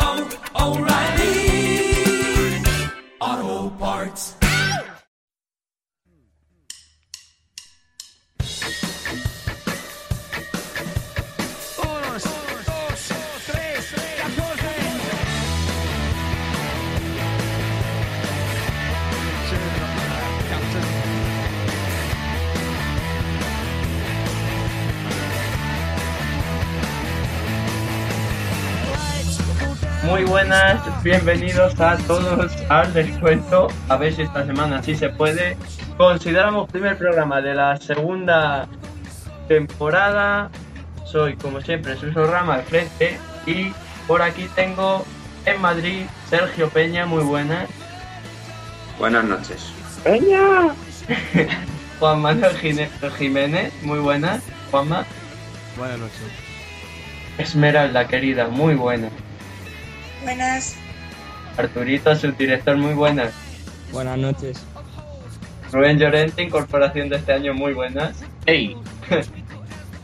oh, O'Reilly. Auto Parts. Muy buenas, bienvenidos a todos al descuento. A ver si esta semana sí se puede. Consideramos primer programa de la segunda temporada. Soy, como siempre, Suso Rama al frente. Y por aquí tengo en Madrid Sergio Peña, muy buenas. Buenas noches. ¡Peña! Juan Manuel Gine- Jiménez, muy buenas. Juanma. Buenas noches. Esmeralda, querida, muy buena. Buenas. Arturito, subdirector, muy buenas. Buenas noches. Rubén Llorente, incorporación de este año muy buenas. ¡Ey!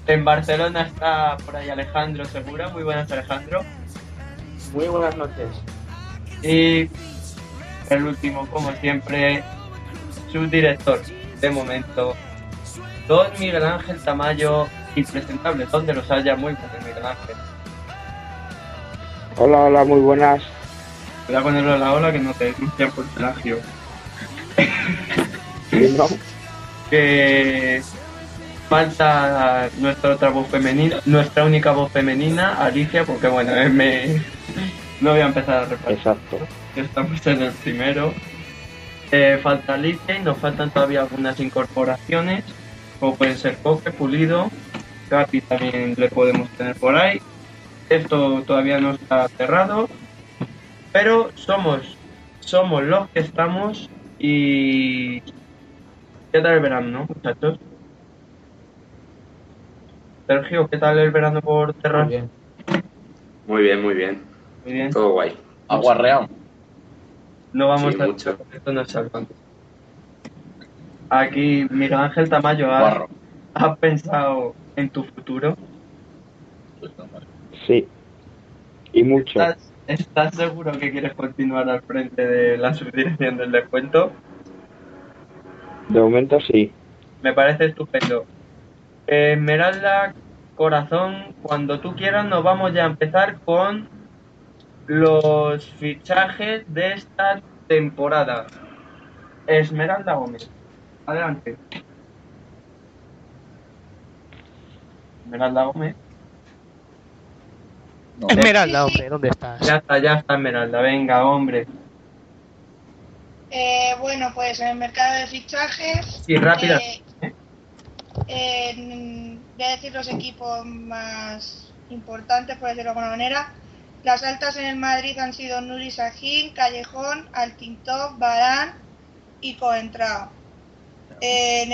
En Barcelona está por ahí Alejandro Segura. Muy buenas, Alejandro. Muy buenas noches. Y el último, como siempre, su director de momento, Don Miguel Ángel Tamayo, impresentable, donde los haya. Muy buenas, Miguel Ángel. Hola, hola, muy buenas. Voy a ponerlo a la ola que no te denuncian por plagio. ¿No? que falta nuestra otra voz femenina, nuestra única voz femenina, Alicia, porque bueno, eh, me, no voy a empezar a repartir, Exacto. estamos en el primero. Eh, falta Alicia y nos faltan todavía algunas incorporaciones, como pueden ser Coque, Pulido, Capi también le podemos tener por ahí. Esto todavía no está cerrado, pero somos, somos los que estamos y ¿Qué tal el verano, no, muchachos? Sergio, ¿qué tal el verano por Terra? Muy bien. Muy bien, muy bien. bien. Todo guay. Aguarreado. No vamos Sí, a mucho. esto no es algo. Aquí Miguel Ángel Tamayo ha, Guarro. ha pensado en tu futuro. Sí. Y mucho. ¿Estás, estás seguro que quieres continuar al frente de la subdirección del descuento? De momento sí. Me parece estupendo. Eh, Esmeralda, corazón, cuando tú quieras nos vamos ya a empezar con los fichajes de esta temporada. Esmeralda Gómez, adelante. Esmeralda Gómez. Esmeralda, hombre, ¿dónde Ya estás? está, ya está Esmeralda, venga, hombre. Eh, bueno, pues en el mercado de fichajes. Sí, rápida. eh, en- voy a decir los equipos más importantes, por decirlo de alguna manera. Las altas en el Madrid han sido Nuri Sahin, Callejón, Altintop, Barán y Coentrao. Eh, en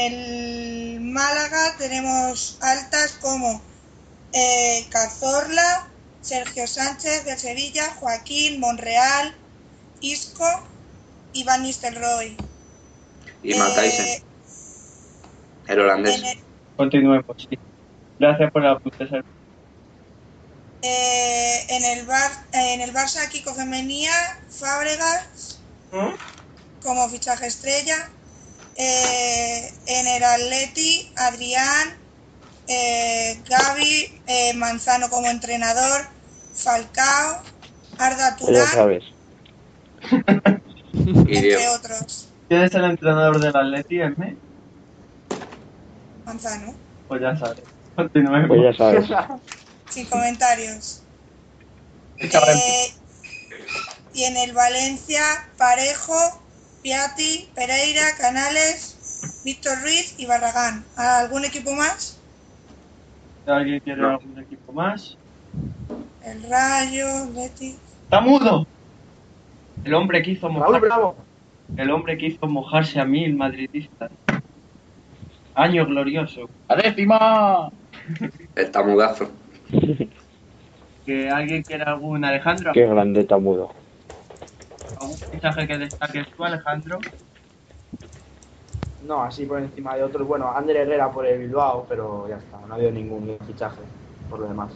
el Málaga tenemos altas como eh, Cazorla, Sergio Sánchez del Sevilla, Joaquín, Monreal, Isco y Van Nistelrooy. Y Eh, Matt Tyson, el holandés. en el- Continuemos, sí. Gracias por la apunte, Sergio. Eh, en el bar en el Barça Kiko Femenía, Fábregas ¿Mm? como fichaje estrella. Eh, en el Atleti, Adrián, eh, Gaby, eh, Manzano como entrenador, Falcao, Arda Pues Ya Turán, sabes. Y entre Diego. otros. ¿Quién es el entrenador del Atleti, Esme? Manzano, Pues ya sabes. Continuemos. Pues ya sabes. sin comentarios. Estaba en- Eh, y en el Valencia, Parejo, Piatti, Pereira, Canales, Víctor Ruiz y Barragán. ¿Algún equipo más? ¿Alguien quiere No. algún equipo más? El Rayo, el Betis. ¡Está mudo! El hombre quiso Raúl mojarse, Bravo. el hombre quiso mojarse a mil madridistas. Año glorioso. ¡La décima! Está mudazo. Que alguien quiere algún Alejandro, Qué grande tamudo. algún mensaje que destaques tú, Alejandro. No, así por encima de otros. Bueno, Ander Herrera por el Bilbao, pero ya está, no ha habido ningún fichaje por lo demás.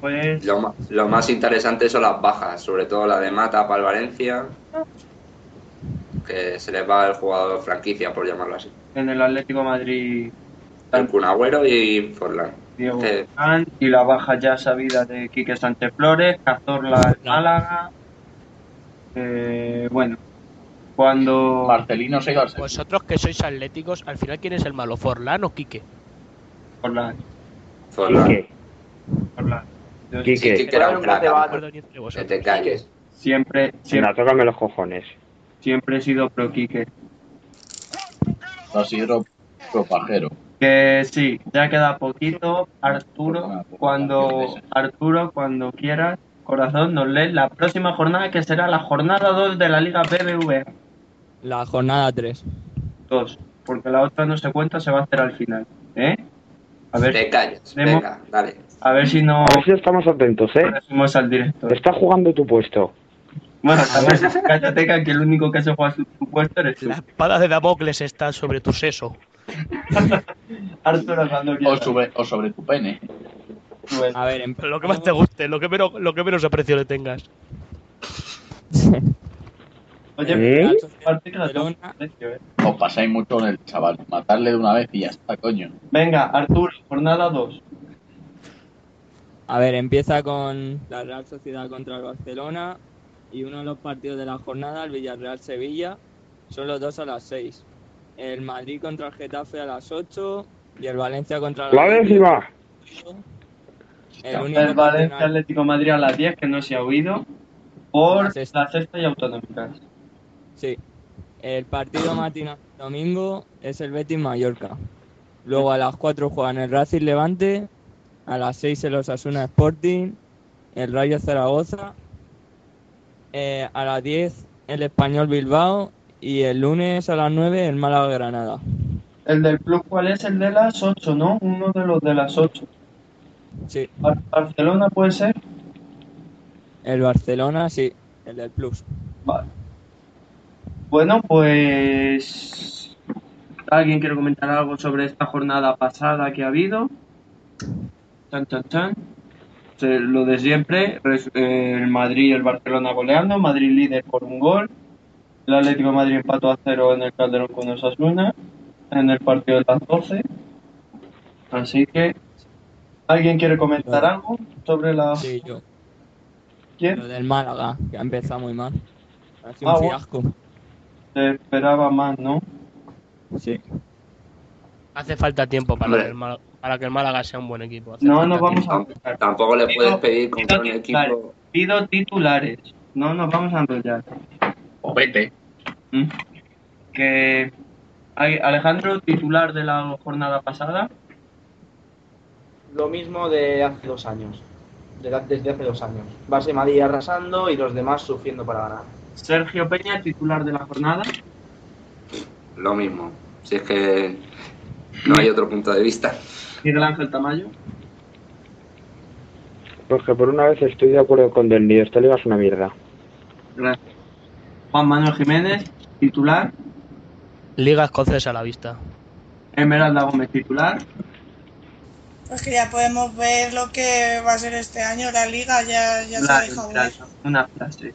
Pues Lo, ma- lo más interesante son las bajas, sobre todo la de Mata para el Valencia, que se les va el jugador franquicia, por llamarlo así. en el Atlético de Madrid, El Kun Agüero y Forlán. Diego Sí. Forlán, y la baja ya sabida de Quique Sánchez Flores, Cazorla en Málaga. Eh, bueno, cuando Marcelino se iba al Sevilla. Vosotros que sois atléticos, al final, ¿quién es el malo? ¿Forlán o Quique? Forlán, Forlán. Quique, Forlán. Yo Sí, Quique. que era un No Gran me crack, debate. acuerdo ni entre que vosotros. te calles. siempre, Venga, siempre, tócame los cojones. siempre he sido pro Quique. No Isidro Propajero. Que sí, ya queda poquito. Pues Arturo, cuando Arturo, cuando quieras, corazón, nos lees la próxima jornada que será la jornada 2 de la Liga BBVA. La jornada 3. Dos, porque la otra no se cuenta, se va a hacer al final. ¿Eh? A ver, Te calles. Demo- Venga, dale. a ver si no A ver si estamos atentos, ¿eh? parecemos al director. Te está jugando tu puesto. Bueno, también, cállate que aquí el único que se juega su su puesto eres tú. La espada de Damocles está sobre tu seso. Arturo, cuando O, quieras. sube- o sobre tu pene. Pues, A ver, em, en Lo que más te guste, lo que menos, lo que menos aprecio le tengas. Oye, ¿Eh? aparte que la tengo Barcelona. en precio, ¿eh? Os pasáis mucho en el chaval. Matarle de una vez y ya está, coño. Venga, Arturo, jornada 2. A ver, empieza con la Real Sociedad contra el Barcelona y uno de los partidos de la jornada, el Villarreal-Sevilla, son los dos a las 6. El Madrid contra el Getafe a las 8 y el Valencia contra el La Atlético. décima. El único El Valencia nacional. Atlético Madrid a las 10, que no se ha oído, por La la sexta. sexta, y autonómicas. Sí. El partido matinal del domingo es el Betis Mallorca. Luego a las 4 juegan el Racing Levante, a las 6 el Osasuna Sporting, el Rayo Zaragoza, eh, a las 10 el Español Bilbao y el lunes a las 9 el Málaga Granada. El del club, ¿cuál es? El de las 8, ¿no? Uno de los de las 8. Sí, Bar- Barcelona puede ser. el Barcelona, sí, el del Plus. Vale. Bueno, pues. ¿Alguien quiere comentar algo sobre esta jornada pasada que ha habido? Chan, chan, chan. Se- lo de siempre: res- eh, el Madrid y el Barcelona goleando. Madrid líder por un gol. El Atlético de Madrid empató a cero en el Calderón con Osasuna. En el partido de las 12. Así que. ¿Alguien quiere comentar algo sobre la. Sí, yo. ¿Quién? Lo del Málaga, que ha empezado muy mal. Ha sido Ah, un bueno. fiasco. Se esperaba más, ¿no? Sí. Hace falta tiempo para Hombre. que, el Málaga, para que el Málaga sea un buen equipo. Hace No falta nos vamos a Tamp- Tampoco le puedes pedir contra un Pido equipo. Pido titulares. No nos vamos a enrollar. O vete. ¿Mm? Que hay- Alejandro, titular de la jornada pasada. Lo mismo de hace dos años. De la- desde hace dos años. Base Madrid arrasando y los demás sufriendo para ganar. Sergio Peña, titular de la jornada. Lo mismo. Si es que no hay otro punto de vista. Miguel Ángel Tamayo. Porque Pues por una vez estoy de acuerdo con Del Nido. Esta liga es una mierda. Gracias. Juan Manuel Jiménez, titular. Liga escocesa a la vista. Esmeralda Gómez, titular. Pues que ya podemos ver lo que va a ser este año la liga, ya, ya se ha La- dejado la- ver. una frase.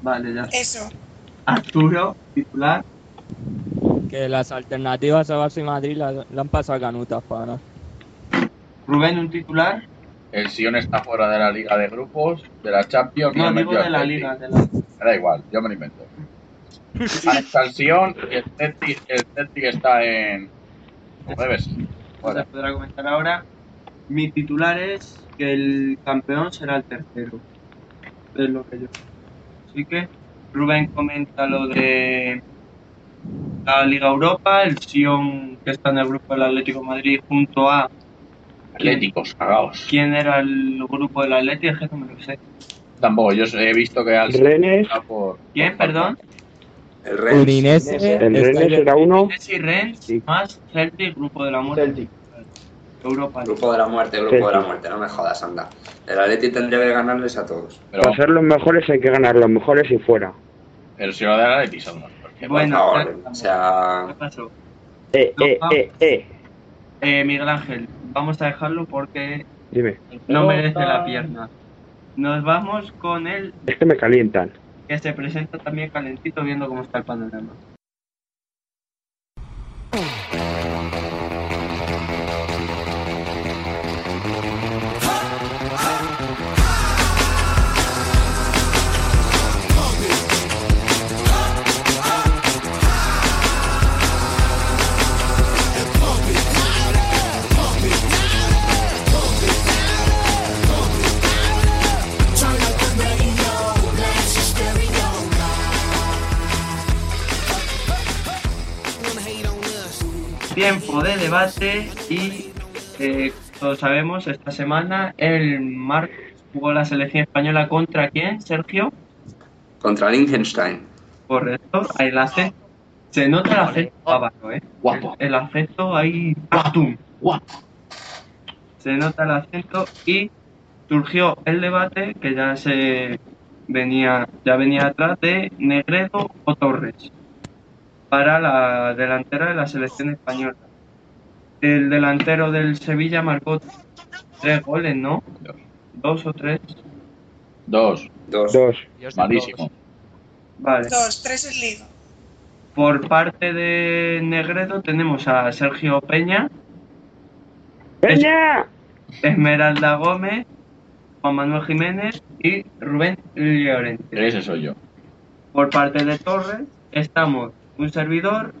Vale, ya. Eso, Arturo, titular. Que las alternativas a Barça y Madrid las, las han pasado a canutas para ganar. Rubén, un titular. El Sion está fuera de la liga de grupos, de la Champions. y No, ha digo metido de al la Celtic. liga. De la... Da igual, yo me lo invento. Ahí está el Sion y el Celtic, el Celtic está en. como debe ser. no se Fuera. podrá comentar ahora. Mi titular es que el campeón será el tercero. Es lo que yo. Así que Rubén comenta lo de la Liga Europa, el Sion que está en el grupo del Atlético de Madrid junto a Atléticos, cagaos. quién era el grupo del Atlético, es que no me lo sé. Tampoco, yo he visto que al Sion Rennes, está por. ¿Quién, perdón? El Rennes. Udinese, el está Rennes ahí- era uno. Messi, Rennes, Sí. más Celtic, grupo de la muerte, Celtic. Europa. Grupo de la muerte, grupo de la muerte. No me jodas, anda. El Atleti tendría que ganarles a todos. Pero, Para ser los mejores hay que ganar los mejores y fuera. pero si lo de la Atlético son los mejores. Que Bueno, por favor. eh. o sea, ¿Qué pasó? Eh, eh, eh, eh. Eh, Miguel Ángel, vamos a dejarlo porque Dime. no merece la pierna. Nos vamos con el Es que me calientan. que se presenta también calentito viendo cómo está el panorama. Turn up the radio, blast your stereo. Tiempo de debate y, eh, todos sabemos, esta semana el martes jugó la selección española contra quién, Sergio. contra Liechtenstein. Correcto, ahí el acento. Se nota el acento bávaro, ¿eh? Guapo. El, el acento ahí. ¡Patum! Se nota el acento y surgió el debate que ya se venía ya venía atrás de Negredo o Torres para la delantera de la selección española. El delantero del Sevilla marcó tres goles, ¿no? Dos o tres. Dos. Dos. Dos. Malísimo. Vale. Dos, tres es liga. Por parte de Negredo tenemos a Sergio Peña, ¡Peña! Esmeralda Gómez, Juan Manuel Jiménez y Rubén Llorente. Ese soy yo. Por parte de Torres estamos un servidor,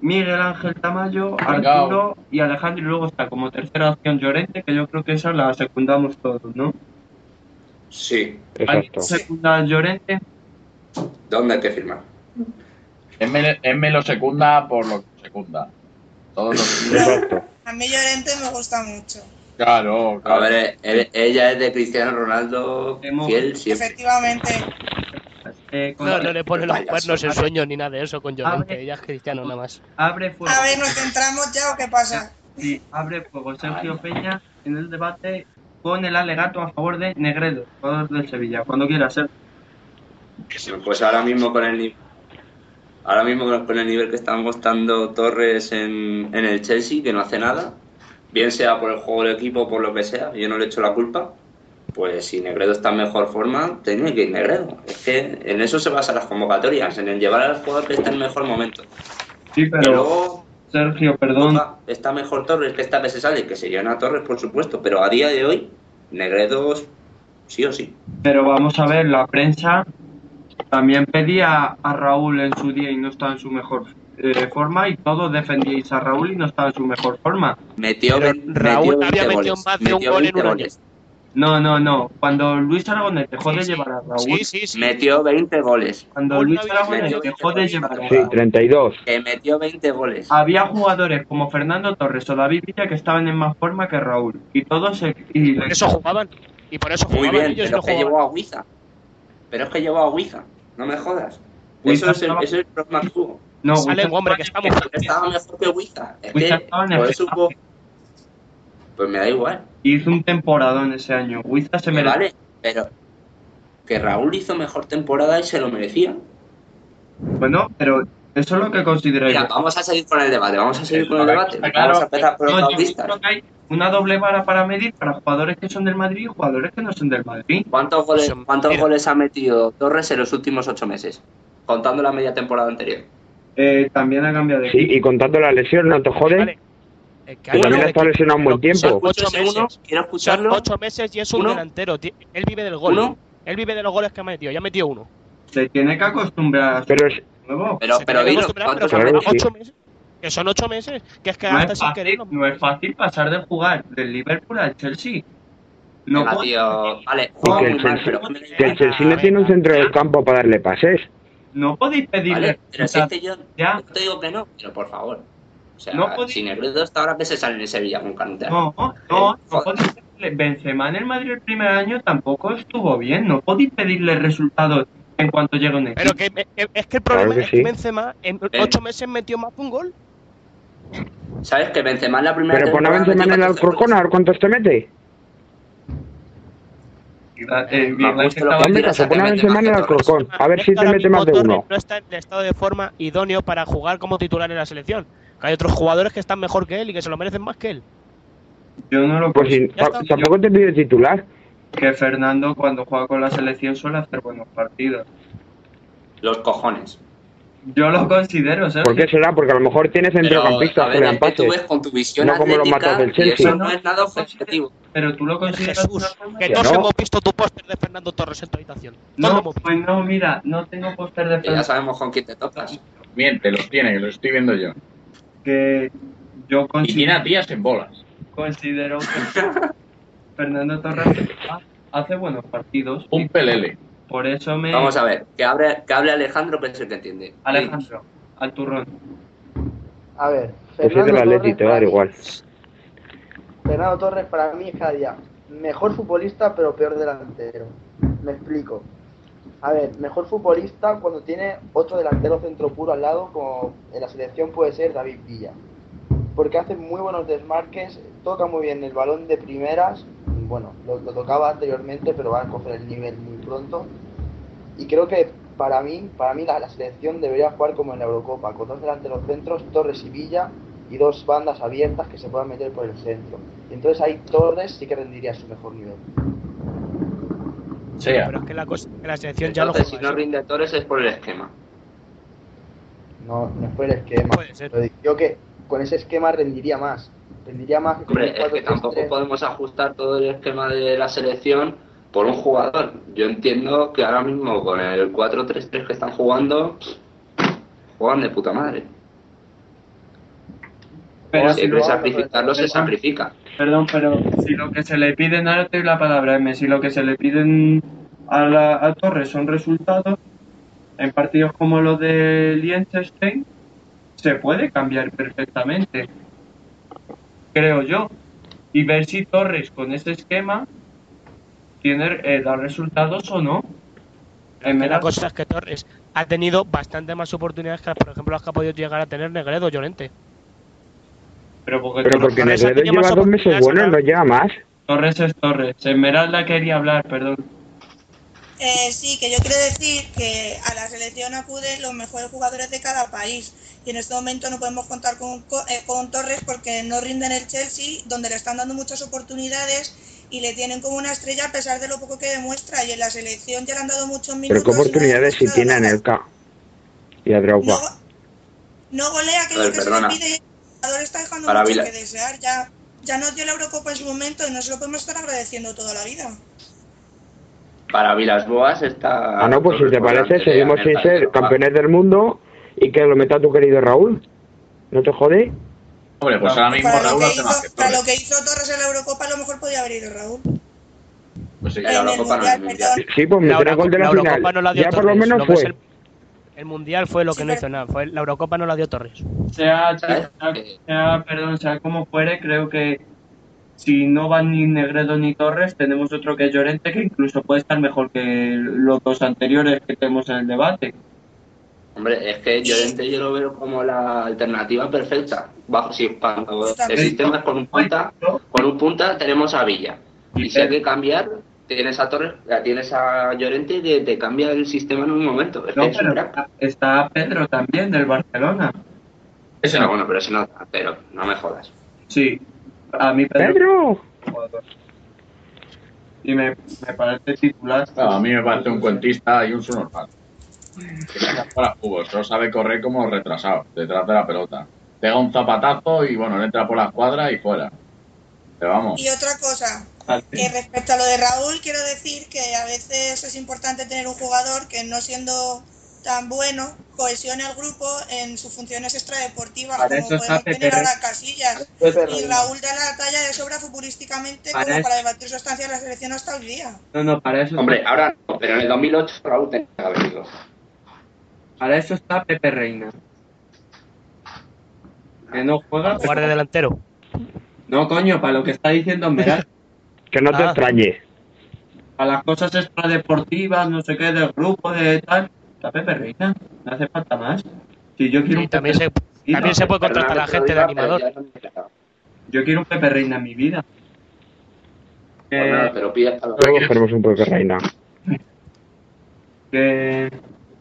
Miguel Ángel Tamayo, Venga. Arturo y Alejandro. Y luego está como tercera opción Llorente, que yo creo que esa la secundamos todos, ¿no? Sí. Exacto. Secunda a Llorente, ¿Dónde hay que firmar? M, M lo secunda por lo que secunda. Todos los... Exacto. A mí Llorente me gusta mucho. Claro, A claro. ver, él- ella es de Cristiano Ronaldo Hemos- fiel siempre. Efectivamente, eh, con- No, no le pone los Vaya, cuernos en sí. sueños ni nada de eso con Llorente. Abre. Ella es cristiano nada más. abre fuego. a ver, ¿nos centramos ya o qué pasa? Sí, abre fuego Sergio Peña en el debate con el alegato a favor de Negredo, jugador del Sevilla. Cuando quiera, Sergio. Pues ahora mismo con el ni- ahora mismo con el nivel que están mostrando Torres en, en el Chelsea, que no hace nada, bien sea por el juego del equipo, por lo que sea, yo no le echo la culpa. Pues si Negredo está en mejor forma, tiene que ir Negredo. Es que en eso se basan las convocatorias, en el llevar al jugador que está en mejor momento. Sí, Y pero luego Sergio, perdón. Opa, está mejor Torres que esta vez se sale, que se llena Torres, por supuesto, pero a día de hoy, Negredo sí o sí. Pero vamos a ver, la prensa también pedía a Raúl en su día y no estaba en su mejor eh, forma y todos defendíais a Raúl y no estaba en su mejor forma. Metió, Pero ve- Raúl metió había 20 metido goles. más de un metió gol en 20 un año. goles. No, no, no. Cuando Luis Aragonés dejó de Sí, sí. llevar a Raúl, Sí, sí, sí. Metió 20 goles. cuando Raúl Luis no había Aragonés metido dejó de 20 llevar a goles. Sí, Raúl, 32. Que metió 20 goles. había jugadores como Fernando Torres o David Villa que estaban en más forma que Raúl y todos se- y Por eso jugaban. Y por eso Muy jugaban bien, ellos pero no es que jugaban. llevó a Huiza. Pero es que llevó a Huiza, no me jodas. Eso Huiza es el, estaba- eso es el problema que hubo. no, Salen, Huiza hombre, que estaba- estamos- Estaba mejor que Huiza. Es Huiza que estaba en el por eso petate. hubo- Pues me da igual. hizo un temporadón ese año. Huiza se Me merece. vale, pero que Raúl hizo mejor temporada y se lo merecía. Bueno, pero eso es lo que consideráis. Mira, vamos a seguir con el debate, vamos a seguir con el debate. Está claro. Vamos a empezar por los No, yo paulistas. creo que hay una doble vara para medir para jugadores que son del Madrid y jugadores que no son del Madrid. ¿Cuántos goles, Son- cuántos mira. goles ha metido Torres en los últimos ocho meses? Contando la media temporada anterior. Eh, también ha cambiado de Sí, equipo. y contando la lesión, no te jodes. Vale. Eh, Es que Que hay también uno ha estado de- lesionado un buen pero son tiempo. ocho Escucho uno, meses. quiero Son escucharlo. ocho meses y es un Uno. delantero. ti- Él vive del gol. Uno. Él vive de los goles que ha metido. Ya ha metido uno. Se tiene que acostumbrar a su Pero es, nuevo. Pero, Se pero tiene que dilo, acostumbrar, ¿cuántos pero ha goles? son metido? ocho meses. Que son ocho meses. Que es que No hasta es, sin querer. fácil, lo- no es fácil pasar de jugar del Liverpool al Chelsea. No Venga, puedo- Ah, tío, Vale, y juega que muy el mal, Chelsea, pero... que el Chelsea no tiene un centro del campo para darle pases. no podéis pedirle. Vale, pero si es que este- yo Ya. no te digo que no, pero por favor. O sea, No podéis- si Negredo está ahora que se sale en Sevilla con Canutera. No, no, Eh, no, podéis pedirle- Benzema en el Madrid el primer año tampoco estuvo bien. No podéis pedirle resultados en cuanto llegue un equipo. Pero que, que- es que el problema que es que sí. Benzema en Eh. ocho meses metió más que un gol. ¿Sabes que Benzema en la primera Pero pon a temporada Benzema en metió el 14 goles. Alcorcón, a ver cuántos te mete. Eh, mi verdad es que estaba- Mónica, se pone a semana en Alcorcón. A ver si te Ahora mete mismo más de Torres uno. No está en el estado de forma idóneo para jugar como titular en la selección. Que Hay otros jugadores que están mejor que él y que se lo merecen más que él. Yo no lo Pues si- Ya está. pa- tampoco te pide titular. que Fernando cuando juega con la selección suele hacer buenos partidos. Los cojones. Yo lo considero, ¿sabes? ¿Por qué será? Porque a lo mejor tienes a centrocampistas que ver, le es dan que tú pases. ves con tu visión No como los atlética matas del y Chelsea. eso no es nada objetivo. Pero tú lo consideras Jesús, una forma Que Que todos no. hemos visto tu póster de Fernando Torres en tu habitación. Todos lo No, hemos visto. pues no, mira, no tengo póster de Que ya Fernando. sabemos con quién te topas. Miente, los tiene, que los estoy viendo yo. Que yo Y tiene a considero, tías en bolas. considero que Fernando Torres hace buenos partidos. Un pelele. Por eso me. Vamos a ver, que hable, que hable Alejandro, que es el que entiende. Alejandro, al turrón. A ver, Pues es del Fernando Atleti, Torres te va a dar para mí- igual. Fernando Torres para mí es cada día mejor futbolista pero peor delantero. Me explico. A ver, mejor futbolista cuando tiene otro delantero centro puro al lado, como en la selección puede ser David Villa. Porque hace muy buenos desmarques, toca muy bien el balón de primeras, bueno, lo, lo tocaba anteriormente, pero va a coger el nivel muy pronto. Y creo que para mí, para mí la, la selección debería jugar como en la Eurocopa, con dos delanteros centros, Torres y Villa, y dos bandas abiertas que se puedan meter por el centro. Y entonces ahí Torres sí que rendiría a su mejor nivel. Sea. Pero es que la, cosa, que la selección ya no Entonces, juega. si no eso. rinde Torres es por el esquema. No, no fue el esquema. Puede ser. Lo digo Yo que con ese esquema rendiría más. Rendiría más que con Hombre, un es Ah, que 4-3-3. tampoco podemos ajustar todo el esquema de la selección por un jugador. Yo entiendo que ahora mismo con el 4-3-3 que están jugando, juegan de puta madre. Pero si Siempre lo- sacrificarlo se sacrifica. Perdón, pero si lo que se le piden, ahora te doy la palabra, M, si lo que se le piden a, la, a Torres son resultados, en partidos como los de Liechtenstein, se puede cambiar perfectamente, creo yo. Y ver si Torres con ese esquema tiene eh, da resultados o no. En Que La verdad, cosa es que Torres ha tenido bastante más oportunidades que, por ejemplo, las que ha podido llegar a tener Negredo o Llorente. pero porque Pero Torres, porque Torres ha Negredo tenido más lleva dos meses oportunidades buenos, ahora. no lleva más. Torres es Torres. Esmeralda quería hablar, perdón. Eh, sí, que yo quiero decir que a la selección acuden los mejores jugadores de cada país y en este momento no podemos contar con, co- eh, con Torres porque no rinde en el Chelsea, donde le están dando muchas oportunidades y le tienen como una estrella a pesar de lo poco que demuestra y en la selección ya le han dado muchos Pero minutos. y qué no ha oportunidades si demostrado tiene a nada. Nelka y a Draupa. No, no golea, que es A ver, lo que perdona. se le pide. El jugador está dejando Para mucho Vila- que desear. Ya, ya nos dio la Eurocopa en su momento y no se lo podemos estar agradeciendo toda la vida. Para Vilas Boas está. Ah, no, pues si Torres te por parece, delante de seguimos sin Anelka y ser Rafa. campeones del mundo y que lo meta tu querido Raúl. ¿No te jode? Hombre, pues ahora mismo Para lo, Raúl que hace hizo, más que para lo Torres. que hizo Torres en la Eurocopa, a lo mejor podía haber ido Raúl. Pues sí. En la en el Eurocopa no, en Mundial, el Mundial. perdón. Sí, pues meterá gol de la, Eurocopa final. no la dio ya por lo Torres, menos lo que fue. es el, el Mundial fue lo que Sí, no pero- hizo nada. Fue, la Eurocopa no la dio Torres. sea, ¿Sabes? sea- Eh. sea- perdón, sea como fuere, creo que si no van ni Negredo ni Torres, tenemos otro que es Llorente, que incluso puede estar mejor que los dos anteriores que tenemos en el debate. Hombre, es que Llorente yo lo veo como la alternativa perfecta. Bajo, si cuando el sistema es con un punta, con un punta tenemos a Villa. Y si hay que cambiar, tienes a Torres, ya tienes a Llorente que te cambia el sistema en un momento. Es que No, es pero un crack. está Pedro también del Barcelona. Ese No, no. bueno, pero ese no, pero no me jodas. Sí, a mí Pedro. ¡Pedro! Y me, me parece titular. No, Ah, a mí me parece un cuentista y un subnormal. Que saca para jugos, solo sabe correr como retrasado, detrás de la pelota. Pega un zapatazo y bueno, le entra por la escuadra y fuera. Pero vamos, Y otra cosa, Así. que respecto a lo de Raúl, quiero decir que a veces es importante tener un jugador que no siendo tan bueno, cohesione al grupo en sus funciones extradeportivas, Para como eso está podemos tener Pepe ahora a Casillas. Pero- Pues, Y Raúl da la talla de sobra futbolísticamente Para como eso- para debatir su estancia en la selección hasta el día. No, no, para eso, Hombre, ahora no, pero en el 2008 Raúl tenía que haber ido. para eso está Pepe Reina. Que no juega. Jugar de delantero. No, coño, para lo que está diciendo Meral. Que no te Ah. extrañe. a las cosas extradeportivas, no sé qué, del grupo, de tal. La Pepe Reina, no hace falta más. Si yo quiero Y un también Pepe se, Reina, también se puede contratar a la Perdona que gente te de lo diga, pero animador. ya no me queda. yo quiero un Pepe Reina en mi vida. Pues Eh, nada, te lo pillas para Todos queremos un poco de reina. Que-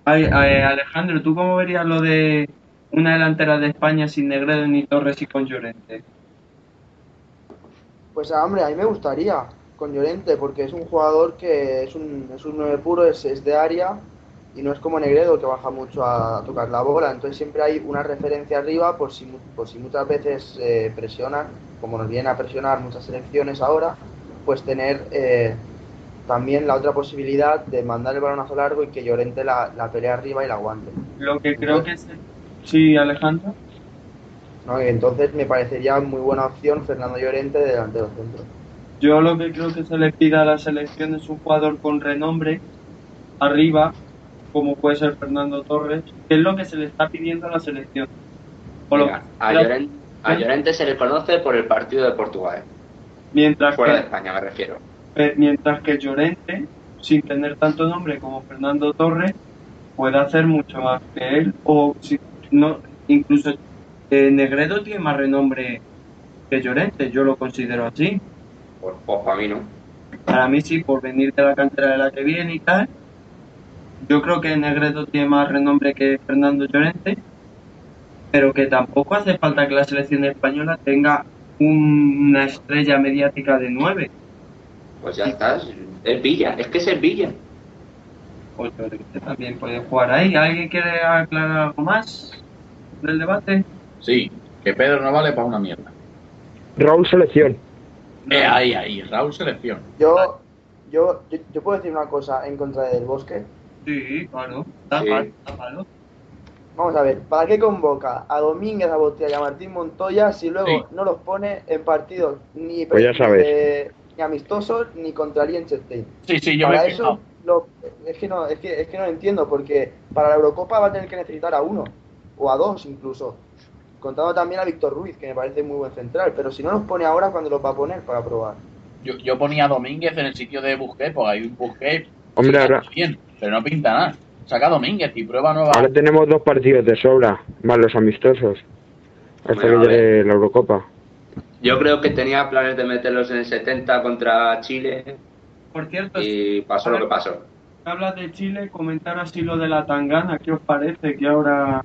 Ay, ay, Alejandro, ¿tú cómo verías lo de una delantera de España sin Negredo ni Torres y con Llorente? Pues ah, hombre, a mí me gustaría con Llorente, porque es un jugador que es un, es un 9 puro, es, es de área y no es como Negredo que baja mucho a tocar la bola. Entonces siempre hay una referencia arriba por si, mu- por si muchas veces eh, presionan, como nos vienen a presionar muchas selecciones ahora, pues tener eh, también la otra posibilidad de mandar el balonazo largo y que Llorente la, la pelea arriba y la aguante. Lo que creo Pues que es... Sí, Alejandro. ¿no? Y Entonces me parecería muy buena opción Fernando Llorente de delantero centro. Yo lo que creo que se le pide a la selección es un jugador con renombre arriba, como puede ser Fernando Torres, que es lo que se le está pidiendo a la selección. O lo Mira, que- a, Llorente, a Llorente se le conoce por el partido de Portugal. eh, mientras Fuera de que España me refiero. Eh, mientras que Llorente, sin tener tanto nombre como Fernando Torres, puede hacer mucho más que él. O si no, incluso eh, Negredo tiene más renombre que Llorente, yo lo considero así. Pues, pues para mí no. Para mí sí, por venir de la cantera de la que viene y tal. Yo creo que Negredo tiene más renombre que Fernando Llorente, pero que tampoco hace falta que la selección española tenga un- una estrella mediática de nueve. Pues ya estás. Es Villa, es que es el Villa. Pues Llorente también puede jugar ahí. ¿Alguien quiere aclarar algo más del debate? Sí, que Pedro no vale para una mierda. Raúl Selección. Eh, ahí, ahí, Raúl Selección. Yo, yo, yo, yo puedo decir una cosa en contra del bosque. Sí, claro. Da Sí. palo, da palo. Vamos a ver, ¿para qué convoca a Domínguez, a Botella y a Martín Montoya si luego Sí. no los pone en partidos ni, Pues ya sabes. eh, ni amistosos ni contra Liechtenstein? Sí, sí, Para eso lo- es, que no, es, que, es que no lo entiendo, porque para la Eurocopa va a tener que necesitar a uno o a dos incluso. Contando también a Víctor Ruiz, que me parece muy buen central, pero si no los pone ahora, ¿cuándo los va a poner para probar? Yo, yo ponía a Domínguez en el sitio de Busquets, porque hay un Busquets Hombre, ahora, bien, pero no pinta nada. Saca a Domínguez y prueba nueva. ahora tenemos dos partidos de sobra, más los amistosos. Hasta Bueno, que a ver. llegue la Eurocopa. Yo creo que tenía planes de meterlos en el 70 contra Chile Por cierto, Eh. si y pasó lo que pasó. hablas de Chile, comentar así lo de la tangana. ¿Qué os parece que ahora...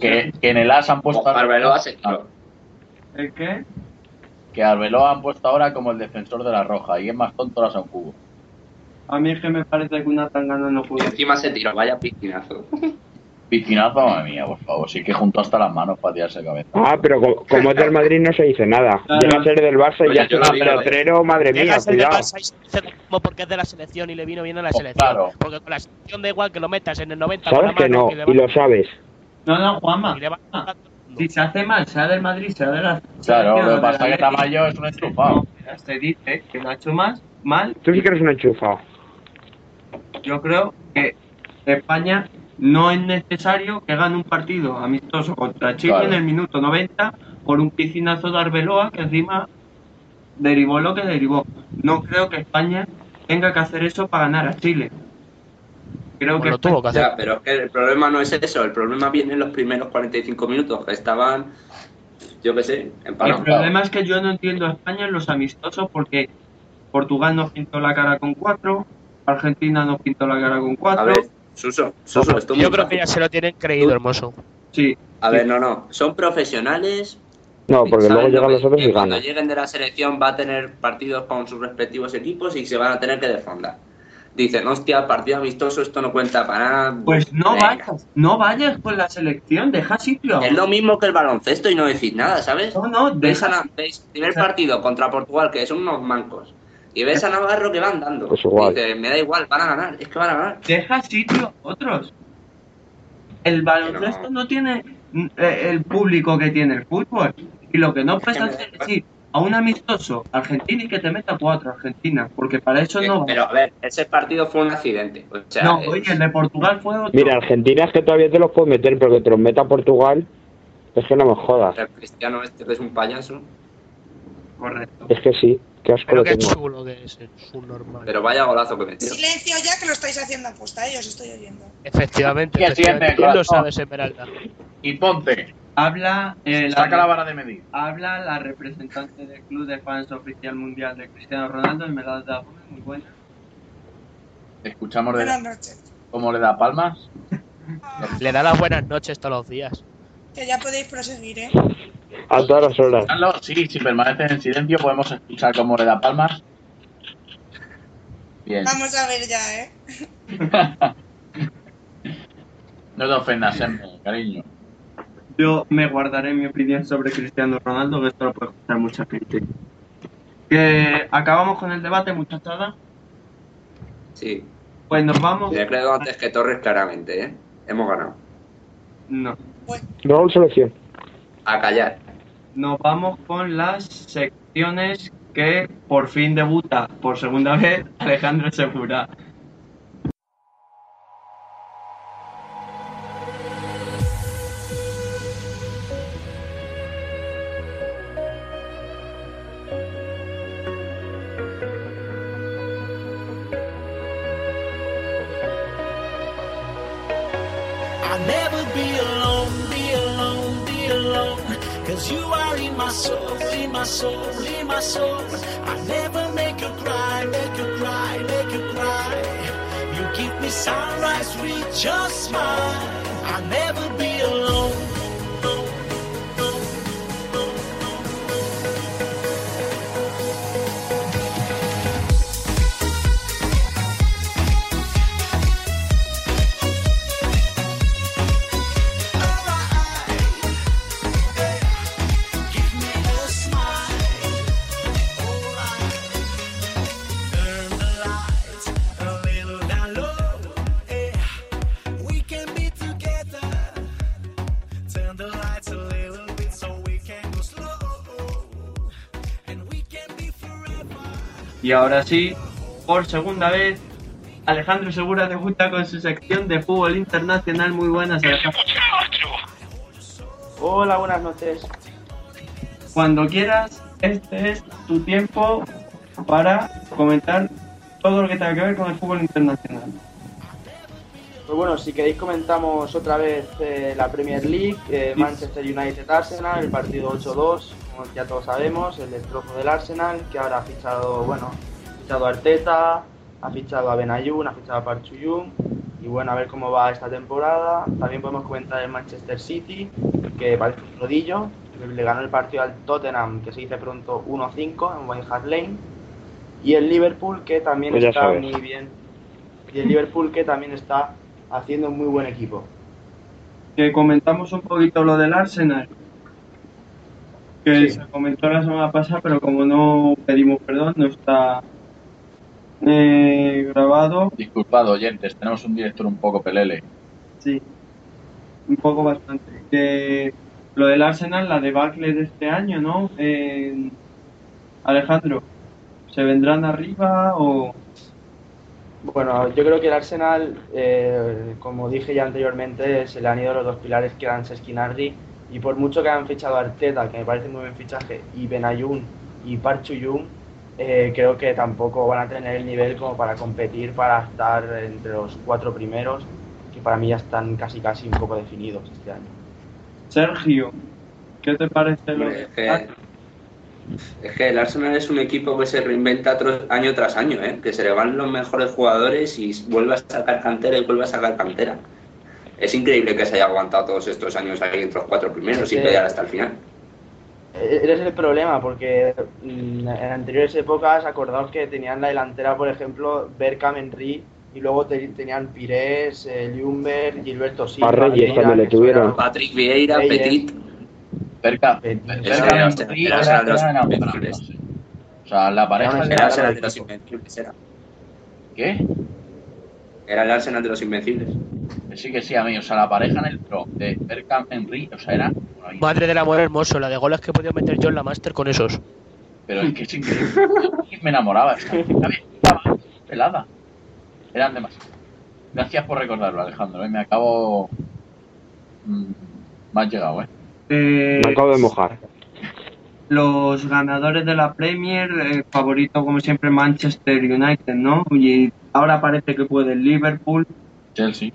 Que, que en el AS han Pues puesto Arbeloa se tiró. ¿El qué? que Arbeloa han puesto ahora como el defensor de la roja y es más tonto la San Cubo. A mí es que me parece que una tangana no Y puede. encima se tiró, vaya piscinazo. Piscinazo, madre mía, por favor, sí que juntó hasta las manos para tirarse de cabeza. Ah, pero co- como, es del Madrid no se dice nada. Claro. Llega a ser del Barça y Oye, ya es yo un lo vi, lo vi. letrero, madre mía, Llega a ser del cuidado. Barça y se dice como porque es de la selección y le vino bien a la Pues selección. claro. Porque con la selección da igual que lo metas en el 90 con la Sabes que mano no, y le y lo va- sabes. No, no, Juanma. y le va- Si se hace mal, sea del Madrid, sea de la... Claro, lo que de la pasa es que Atlético. Tamayo es un enchufado. No, Se dice que lo ha hecho más mal Tú sí que eres un enchufado. Yo creo que España no es necesario que gane un partido amistoso contra Chile Claro. en el minuto 90 por un piscinazo de Arbeloa que encima derivó lo que derivó. No creo que España tenga que hacer eso para ganar a Chile. Creo Como que lo tuvo que hacer. Ya, pero es que el problema no es eso, el problema viene en los primeros 45 minutos, que estaban, yo qué sé, el empanados. problema es que yo no entiendo a España en los amistosos porque Portugal nos pintó la cara con cuatro, Argentina nos pintó la cara con A cuatro. ver, Suso, Suso, esto es Yo muy creo que fácil. ya se lo tienen creído, hermoso. Sí, A ver, no, no, son profesionales. No, porque luego saben lo llegan que- los otros que y Cuando ganan. lleguen de la selección va a tener partidos con sus respectivos equipos y se van a tener que defender. Dicen, hostia, partido amistoso, esto no cuenta para nada. pues no Venga. vayas, no vayas con la selección, deja sitio. a Es lo mismo que el baloncesto y no decís nada, ¿sabes? No, no, Ves a deja la- ves primer partido contra Portugal, que son unos mancos. Y ves a Navarro que van dando. Pues igual. Dice, me da igual, van a ganar, es que van a ganar. deja sitio a otros. El baloncesto Pero- no tiene mm, eh, el público que tiene el fútbol. Y lo que no puedes que me da hacer es igual. decir a un amistoso argentino y que te meta cuatro Argentina, porque para eso Eh, no va. Pero a ver, ese partido fue un accidente. O sea, no, eh, oye, el de Portugal fue otro. Mira, Argentina es que todavía te los puedes meter, pero que te los meta Portugal, es que no me jodas. el cristiano este que es un payaso. Correcto. Es que sí, qué asco Pero lo qué tengo. chulo que es el subnormal. Pero vaya golazo que metió. Silencio ya que lo estáis haciendo aposta, eh, yo os estoy oyendo. Efectivamente, ¿Qué efectivamente. sientes, ¿Quién lo corazón? sabes, Esmeralda? Y ponte, Habla, eh, la- Saca la vara de medir. habla la representante del Club de Fans Oficial Mundial de Cristiano Ronaldo, Esmeralda Gómez, muy buena. Escuchamos de Buenas noches. cómo le da palmas. Le da las buenas noches todos los días. Que ya podéis proseguir, ¿eh? A todas las horas. Carlos, oh, sí, si permaneces en silencio podemos escuchar cómo le da palmas. Bien, Vamos a ver ya, ¿eh? no te ofendas, Emma, cariño. Yo me guardaré mi opinión sobre Cristiano Ronaldo, que esto lo puede escuchar mucha gente. Que acabamos con el debate, muchachada. Sí. Pues nos vamos. Le creo antes que Torres claramente, ¿eh? Hemos ganado. No. Raúl selección. A callar. Nos vamos con las secciones que por fin debuta por segunda vez Alejandro Segura. I'll never be alone, be alone, be alone. Cause you are in my soul, in my soul, in my soul. I'll never make you cry, make you cry, make you cry. You give me sunrise with your smile. I'll never be alone. Give me your smile. Alright. Turn the lights a little down low. Yeah. We can be together. Turn the lights a little bit so we can go slow. And we can be forever. Y ahora sí, por segunda vez, Alejandro Segura debuta con su sección de fútbol internacional. Muy buenas, Alejandro. Hola, buenas noches. Cuando quieras, este es tu tiempo para comentar todo lo que tenga que ver con el fútbol internacional. Pues bueno, si queréis comentamos otra vez eh, la Premier League, eh, Manchester United Arsenal, el partido 8-2, como ya todos sabemos, el destrozo del Arsenal, que ahora ha fichado, bueno, ha fichado a Arteta, ha fichado a Benayoun, ha fichado a Parchuyun, y bueno, a ver cómo va esta temporada. También podemos comentar el Manchester City, que parece un rodillo, le ganó el partido al Tottenham, que se dice pronto 1-5 en White Hart Lane, y el Liverpool, que también Pues ya está sabes. muy bien. Y el Liverpool que también está haciendo un muy buen equipo. que comentamos un poquito lo del Arsenal, que Sí. se comentó la semana pasada, pero como no pedimos perdón, no está eh, grabado. Disculpad, oyentes, tenemos un director un poco pelele. Sí, un poco bastante. Que lo del Arsenal, la debacle de este año, ¿no? Eh, Alejandro, ¿se vendrán arriba o...? Bueno, yo creo que el Arsenal, eh, como dije ya anteriormente, se le han ido los dos pilares que eran Seskin y por mucho que han fichado a Arteta, que me parece muy buen fichaje, y Benayoun y Parchuyun, eh, creo que tampoco van a tener el nivel como para competir, para estar entre los cuatro primeros, que para mí ya están casi casi un poco definidos este año. Sergio, ¿qué te parece lo Hombre, de... es, que, es que el Arsenal es un equipo que se reinventa tro- año tras año, ¿eh? que se le van los mejores jugadores y vuelve a sacar cantera y vuelve a sacar cantera. Es increíble que se haya aguantado todos estos años ahí entre los cuatro primeros Sí. sin pelear hasta el final. Eh, Eres el problema, porque mm, en anteriores épocas, acordaos que tenían la delantera, por ejemplo, Berkham, Henry, y luego te- tenían Pires, eh, Ljungberg, Gilberto Silva. A Reyes Vieira, también le que eso tuvieron. era- Patrick Vieira, Reyes. Petit, Cerca. Petit. el cerca de Arsenal- los- el Arsenal de los cerca de los- invencibles. O sea, la pareja Era el Arsenal de de los invencibles era. ¿Qué? Era el Arsenal de los invencibles. Que sí, que sí, a mí. O sea, la pareja en el pro de Berkham Henry, o sea, era. bueno, ahí- Madre del amor hermoso, la de goles que he podido meter yo en la Master con esos. Pero Mm. es que es increíble. Me enamoraba. Esta, estaba pelada. Eran demasiado. Gracias por recordarlo, Alejandro. ¿eh? Me acabo. Mm, me has llegado, ¿eh? Eh, Me acabo de mojar. los ganadores de la Premier, eh, favorito como siempre Manchester United, ¿no? Y ahora parece que puede el Liverpool, Chelsea.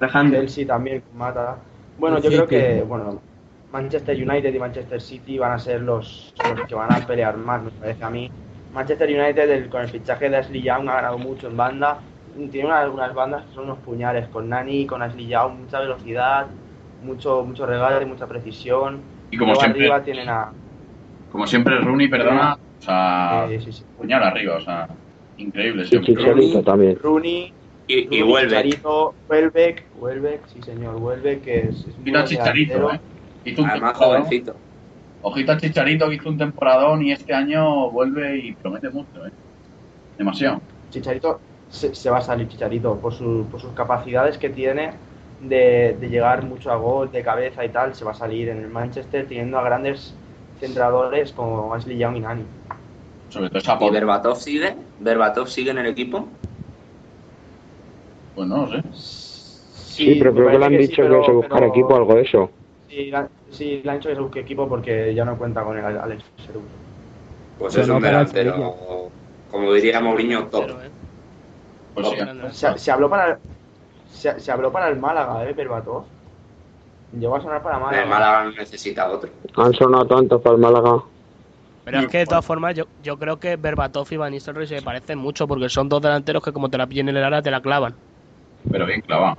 Alejandro. Chelsea también, con Mata. Bueno, yo Sí, creo que- Mm. que bueno, Manchester United y Manchester City van a ser los, los que van a pelear más, me parece a mí. Manchester United el- con el fichaje de Ashley Young ha ganado mucho en banda. Tiene una- unas bandas que son unos puñales, con Nani, con Ashley Young, mucha velocidad, mucho, mucho regate, mucha precisión. Y como Luego siempre- arriba tienen a... Como siempre, Rooney, perdona, o sea, Sí, sí, sí. puñal arriba, o sea, increíble Y siempre. Chicharito también. Rooney, Y, y Rooney, vuelve. Chicharito, Welbeck, Welbeck, sí señor, Welbeck que es, es Ojito muy a buen delantero. Chicharito, ¿eh? Hizo un Además, temporadón. jovencito. Ojito a Chicharito, que hizo un temporadón y este año vuelve y promete mucho, ¿eh? Demasiado. Chicharito se, se va a salir Chicharito por, su- por sus capacidades que tiene de, de llegar mucho a gol de cabeza y tal, se va a salir en el Manchester teniendo a grandes centradores como Ashley Young y Nani. Sobre todo esa ¿Y poder. Berbatov sigue? ¿Berbatov sigue en el equipo? Pues no lo sé. Sí, pero me creo que le parece han sí, dicho que pero- se buscar pero- equipo o algo de eso. Sí, le han- sí, le han dicho que se busque equipo porque ya no cuenta con el Alex Serú. Pues Pero es no un para el delantero, como diría Mourinho, top. Pero, eh, Pues sí. Se, se habló para el, se, se habló para el Málaga, ¿eh? Berbatov. Llegó a sonar para Málaga. El Málaga no necesita otro. Han sonado tantos para el Málaga. Pero es que de todas formas, yo, yo creo que Berbatov y Van Nistelrooy se parecen mucho porque son dos delanteros que, como te la pillen en el área, te la clavan. Pero bien clavado.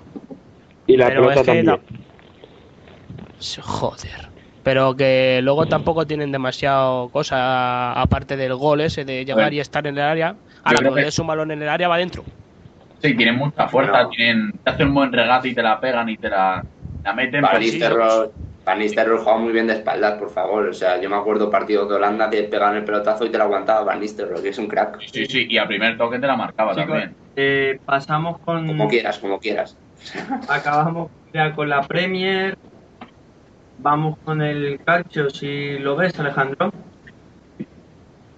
Y la Pero pelota es que. también. ta- Sí, Joder. Pero que luego tampoco tienen demasiado cosa, aparte del gol ese de llegar Bueno. y estar en el área. Ahora, creo cuando que- es un balón en el área, va adentro. Sí, tienen mucha fuerza, No. tienen, te hacen un buen regate y te la pegan y te la, la meten. Van pero sí, Nistelrooy Van Nistelrooy jugaba muy bien de espaldas, por favor. O sea, yo me acuerdo partidos de Holanda que pegaban el pelotazo y te lo aguantaba Van Nistelrooy, que es un crack. sí, sí, y a primer toque te la marcaba Chicos, también. eh, pasamos con. Como quieras, como quieras. Acabamos ya con la Premier. Vamos con el calcio, si lo ves, Alejandro.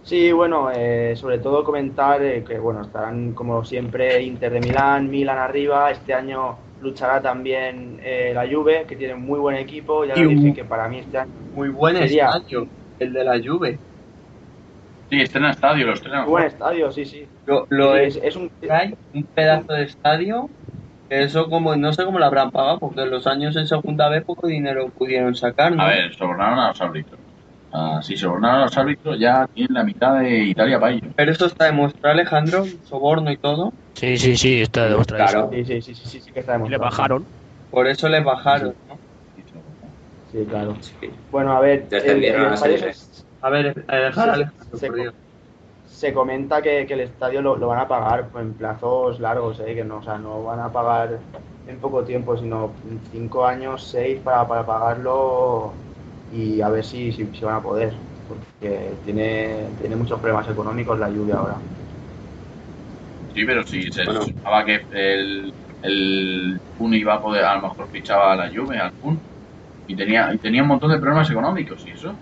Sí, bueno, eh, sobre todo comentar eh, que bueno estarán como siempre Inter de Milán, Milán arriba. Este año luchará también eh, la Juve, que tiene muy buen equipo. Ya lo Y- dije que para mí este año Muy buen Sería. estadio, el de la Juve. Sí, estrena estadio, lo estrenan. muy buen estadio, sí, sí. Lo, lo Sí, es. es, es un ¿Este que Hay un pedazo de estadio. que Eso como no sé cómo lo habrán pagado, porque en los años en segunda vez poco dinero pudieron sacar, ¿no? A ver, sobornaron a los árbitros. Ah, si sobornaron a los árbitros, ya tienen la mitad de Italia para ellos. Pero eso está demostrado, Alejandro, soborno y todo. Sí, sí, sí, está demostrado. Claro. sí, sí, sí, sí, sí, sí que está Y le demostrado. bajaron. Por eso les bajaron, ¿no? Sí, claro. Sí. Bueno, a ver, el- el Descendieron a la estadio Serie B. se- A ver, Alejandro, Alejandro, Se- por Dios. se comenta que, que el estadio lo, lo van a pagar en plazos largos, ¿eh? que no, o sea, no van a pagar en poco tiempo, sino en cinco años, seis para, para pagarlo y a ver si, si, si van a poder, porque tiene, tiene muchos problemas económicos la lluvia ahora. Sí, pero si se Bueno. pensaba que el, el Kun iba a poder, a lo mejor fichaba a la Juve, al Kun, y tenía, y tenía un montón de problemas económicos y eso.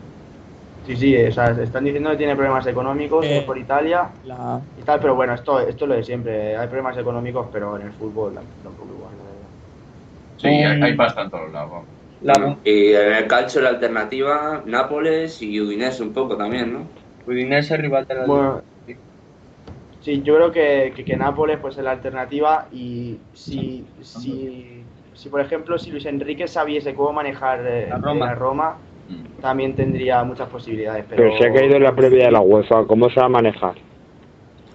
Sí, sí, o sea, están diciendo que tiene problemas económicos Eh. que es por Italia La, y tal, pero bueno, esto, esto es lo de siempre, eh, hay problemas económicos, pero en el fútbol tampoco igual. la verdad. Sí, Mm. hay, hay pasta en todos lados. vamos. La Y en el calcio la alternativa, Nápoles y Udinese un poco también, ¿no? Udinese rival de la Bueno, sí, yo creo que, que, que Nápoles pues es la alternativa y si, si, si, por ejemplo si Luis Enrique sabiese cómo manejar eh, La Roma. la Roma, Mm. también tendría muchas posibilidades. Pero, Pero se ha caído en la previa de la UEFA. ¿Cómo se va a manejar?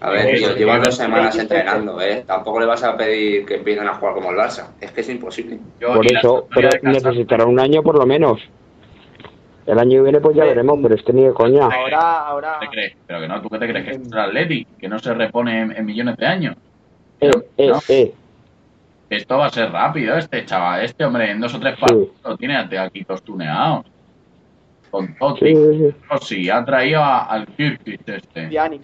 A ver, Eso, tío, llevan claro. dos semanas entrenando, ¿eh? Tampoco le vas a pedir que empiecen a jugar como el Barça. Es que es imposible. Yo, Por y la eso, pero historia de Casas- necesitará un año por lo menos. El año que viene pues ya Eh, veremos, pero este ni de coña. Ahora, ahora, ¿Te crees? Pero que no, ¿tú qué te crees? Que esto es el Atleti, que no se repone en, en millones de años. Eh, eh, No. eh. Esto va a ser rápido, este chaval. Este hombre en dos o tres partidos lo tiene ate- aquí tostuneado. Con Sí, Totti, sí, sí. Rossi, ha traído a- al Kirkic este. Pjanic,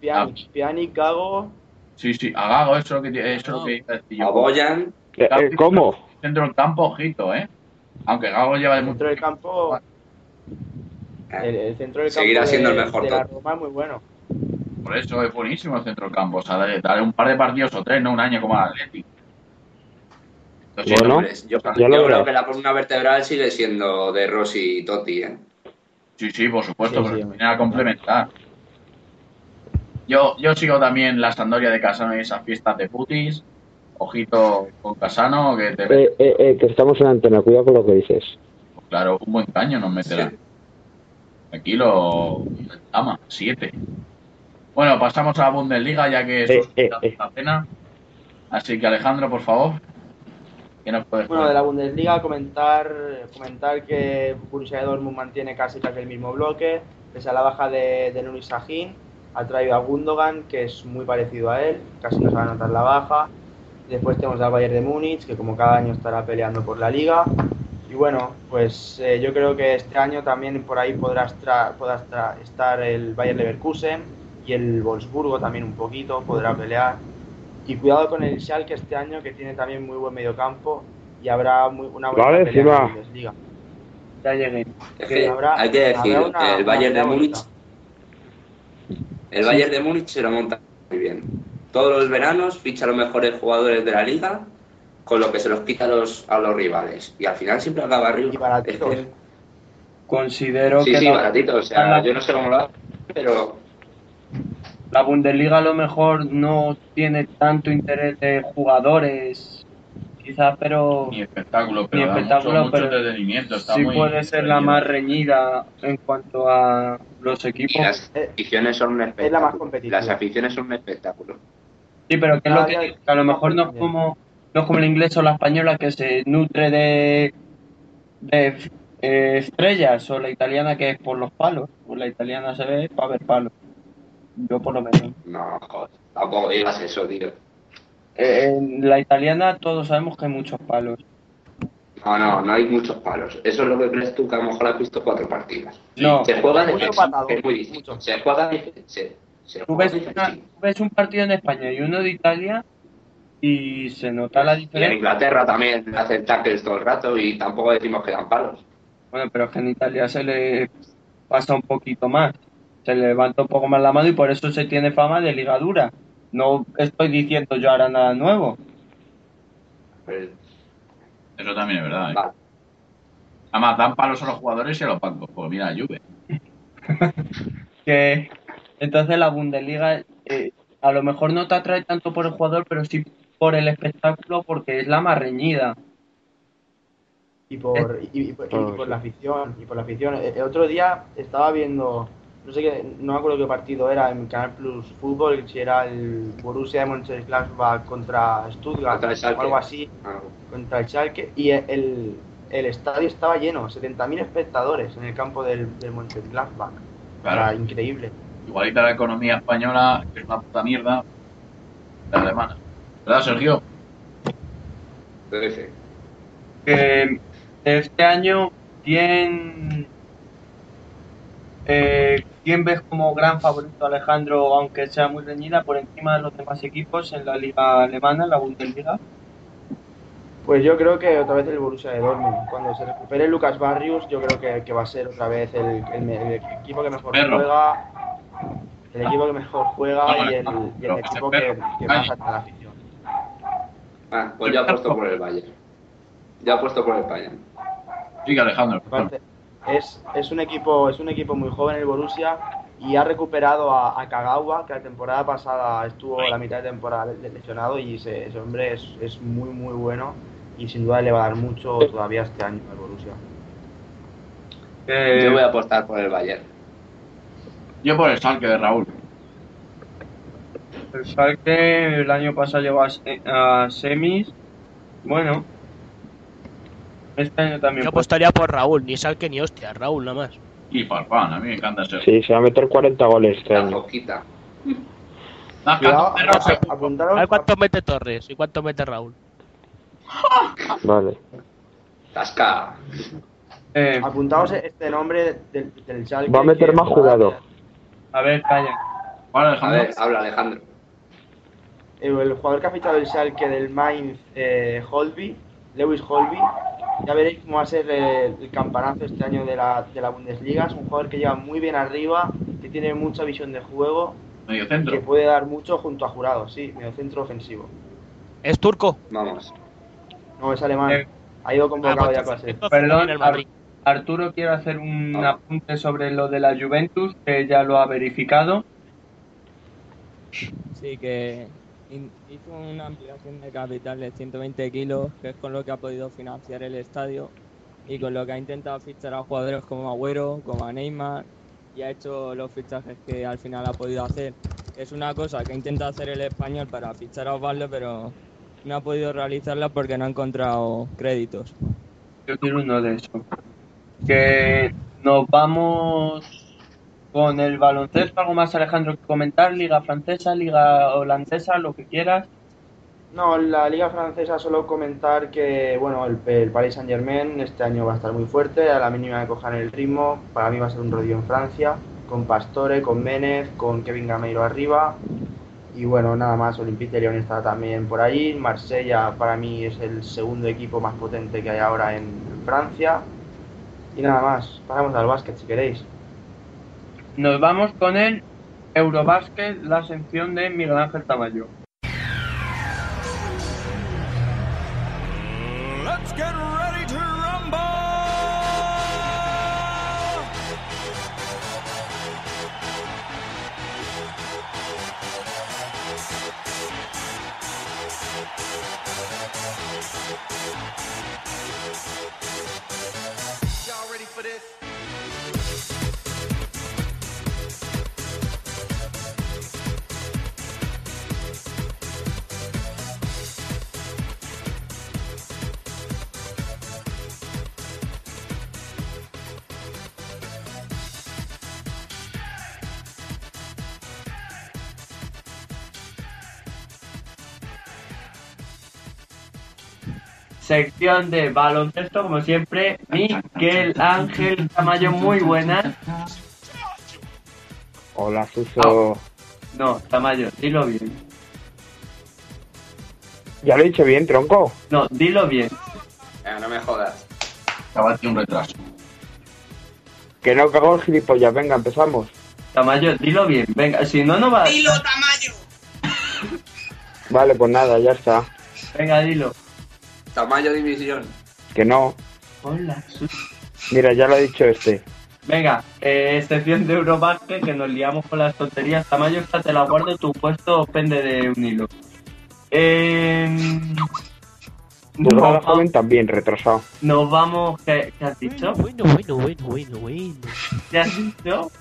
Pjanic, Ah. Pjanic, Gago, Sí, sí, a Gago, eso es lo que, ti- eso es lo que iba a decir A yo. Boyan, Eh, eh, ¿Cómo? Centro del campo, ojito, ¿eh? Aunque Gago lleva mucho dentro del campo, el, eh, el centro del campo Seguirá siendo el de- mejor de la top. Roma es muy bueno. Por eso es buenísimo el centro del campo. O sea, dale, dale un par de partidos o tres, no un año como al Atleti. Lo siento, Bueno. hombre. pues, yo, Ya lo yo creo verás. que la columna vertebral sigue siendo de Rossi y Totti, ¿eh? Sí, sí, por supuesto, Sí, pero sí, tiene a complementar. Yo, yo sigo también la sandoria de Casano y esas fiestas de putis. Ojito con Casano, que te Eh, eh, eh, que estamos en antena, cuidado con lo que dices. Pues Claro, un buen caño nos meterá. Aquí lo ama, siete. Bueno, pasamos a la Bundesliga ya que eso es la cena. Así que Alejandro, por favor, ¿qué nos puedes Bueno, de contar? la Bundesliga comentar comentar que Borussia Dortmund mantiene casi casi el mismo bloque, pese a la baja de, de Nuri Sahin, ha traído a Gundogan, que es muy parecido a él, casi no se va a notar la baja. Después tenemos al Bayern de Múnich, que como cada año estará peleando por la Liga. Y bueno, pues eh, yo creo que este año también por ahí podrá, estra- podrá estra- estar el Bayern Leverkusen y el Wolfsburgo también un poquito, podrá pelear. Y cuidado con el Schalke este año, que tiene también muy buen mediocampo y habrá muy- una buena Vale, pelea sí va. en la Bundesliga. Ya llegué. Es que Habrá- hay que decir, habrá una- el Bayern una de pelea Múnich. El Sí. Bayern de Múnich se lo monta muy bien. Todos los veranos ficha a los mejores jugadores de la liga, con lo que se los quita a los, a los rivales. Y al final siempre acaba arriba. Es eh. que- Considero sí, que sí, la- baratito. O sea, yo no sé cómo lo hace, pero la Bundesliga a lo mejor no tiene tanto interés de jugadores, quizás, pero Ni espectáculo, pero Ni da espectáculo, mucho, mucho pero entretenimiento. Está sí muy puede ser la más reñida en cuanto a los y equipos. las aficiones son un espectáculo. más competitiva. Las aficiones son un espectáculo. Sí, pero que, es lo Ah, que, ya, digo, que a lo mejor no es como no es como el inglés o la española que se nutre de, de eh, estrellas o la italiana que es por los palos. Pues la italiana se ve para ver palos. Yo por lo menos. No, joder, tampoco digas eso, tío. Eh, en la italiana todos sabemos que hay muchos palos. No, no, no hay muchos palos. Eso es lo que crees tú que a lo mejor has visto cuatro partidas. No. se juega de Mucho es, patadón, es muy distinto. Se juega de se, se Tú juega ves, de- una- tú ves un partido en España y uno de Italia y se nota la Y en diferencia. Inglaterra también hacen tackles todo el rato y tampoco decimos que dan palos. Bueno, pero es que en Italia se le pasa un poquito más, se le levanta un poco más la mano y por eso se tiene fama de ligadura. No estoy diciendo yo ahora nada nuevo. Pues, Eso también es verdad, ¿eh? Además, dan palos a los jugadores y a los bancos. Pues mira, Juve. Que entonces la Bundesliga eh, a lo mejor no te atrae tanto por el jugador, pero sí por el espectáculo porque es la más reñida. y por, y, y por- y por la afición y por la afición el, el otro día estaba viendo no sé qué no me acuerdo qué partido era en Canal Plus Fútbol si era el Borussia de Mönchengladbach contra Stuttgart Contra el Schalke. o algo así contra el Schalke y el, el estadio estaba lleno 70.000 espectadores en el campo del, del Mönchengladbach Claro. Era increíble Igualita la economía española, que es una puta mierda, la alemana. ¿Verdad, Sergio? que este año, ¿quién, eh, ¿quién ves como gran favorito Alejandro, aunque sea muy reñida, por encima de los demás equipos en la liga alemana, en la Bundesliga? Pues yo creo que otra vez el Borussia de Dortmund. Cuando se recupere Lucas Barrios, yo creo que, que va a ser otra vez el, el me- el equipo que mejor Perro. juega. El equipo que mejor juega y el, y el no, equipo que, que más ata la afición. Ah, pues yo apuesto por el Bayern. Yo apuesto por el Bayern. Sí, Alejandro. Aparte, es, es un equipo, es un equipo muy joven el Borussia y ha recuperado a, a Kagawa, que la temporada pasada estuvo la mitad de temporada le- le- lesionado y ese, ese hombre es, es muy muy bueno y sin duda le va a dar mucho todavía este año al Borussia. Eh, Yo voy a apostar por el Bayern. Yo por el Salque de Raúl. El Schalke el año pasado llegó a, se- a semis. Bueno, este año también. Yo apostaría por Raúl, ni Salque ni hostia, Raúl nada más. Y Farfán, a mí me encanta ese. Sí, se va a meter 40 goles este año. Poquita. Cuidado, a- apuntaros- A ver cuántos mete Torres y cuántos mete Raúl. Vale. Tasca. Eh, Apuntaos este nombre del, del Schalke Va a meter que- más jugado. A ver, calla. A ver, habla Alejandro. El, el jugador que ha fichado el Schalke del Mainz, eh, Holby, Lewis Holby, ya veréis cómo va a ser eh, el campanazo este año de la, de la Bundesliga. Es un jugador que lleva muy bien arriba, que tiene mucha visión de juego, Medio y que centro. puede dar mucho junto a Jurado, sí, medio centro ofensivo. ¿Es turco? Vamos. No, es alemán. ha ido convocado ya para ser. Eh, Ah. Perdón, Ar- Arturo, quiero hacer un apunte sobre lo de la Juventus, que ya lo ha verificado. Sí, que in- hizo una ampliación de capital de 120 kilos, que es con lo que ha podido financiar el estadio y con lo que ha intentado fichar a jugadores como Agüero, como Neymar y ha hecho los fichajes que al final ha podido hacer. Es una cosa que intenta hacer el español para fichar a Osvaldo, pero no ha podido realizarla porque no ha encontrado créditos. Yo quiero uno de esos. Que nos vamos con el baloncesto. ¿Algo más, Alejandro, que comentar? Liga francesa, liga holandesa, lo que quieras. No, la Liga Francesa solo comentar que, bueno, el, el Paris Saint-Germain este año va a estar muy fuerte, a la mínima que cojan el ritmo, para mí va a ser un rodillo en Francia, con Pastore, con Menez, con Kevin Gameiro arriba, y bueno, nada más, Olympique de Lyon está también por ahí, Marsella para mí es el segundo equipo más potente que hay ahora en, en Francia, y nada más, pasamos al básquet si queréis. Nos vamos con el Eurobásquet, la sección de Miguel Ángel Tamayo. Let's get ready to rumble! Y'all ready for this? Sección de baloncesto, como siempre, Miguel Ángel Tamayo, muy buenas. Hola, Suso. No, Tamayo, dilo bien. Ya lo he dicho bien, tronco. No, dilo bien. no me jodas. Acaba de un retraso. Que no cago el gilipollas. Venga, empezamos. Tamayo, dilo bien. Venga, si no, no va. Dilo, Tamayo. Vale, pues nada, ya está. Venga, dilo. Tamayo División. Que no. Hola. Mira, ya lo ha dicho este. Venga, eh, sección de Eurobasket, que nos liamos con las tonterías. Tamayo, esta te la guardo, tu puesto pende de un hilo. Eh, Tu grado Pues joven también, retrasado. nos vamos, ¿qué, qué has dicho? Bueno, bueno, bueno, bueno, bueno. ¿Qué has dicho?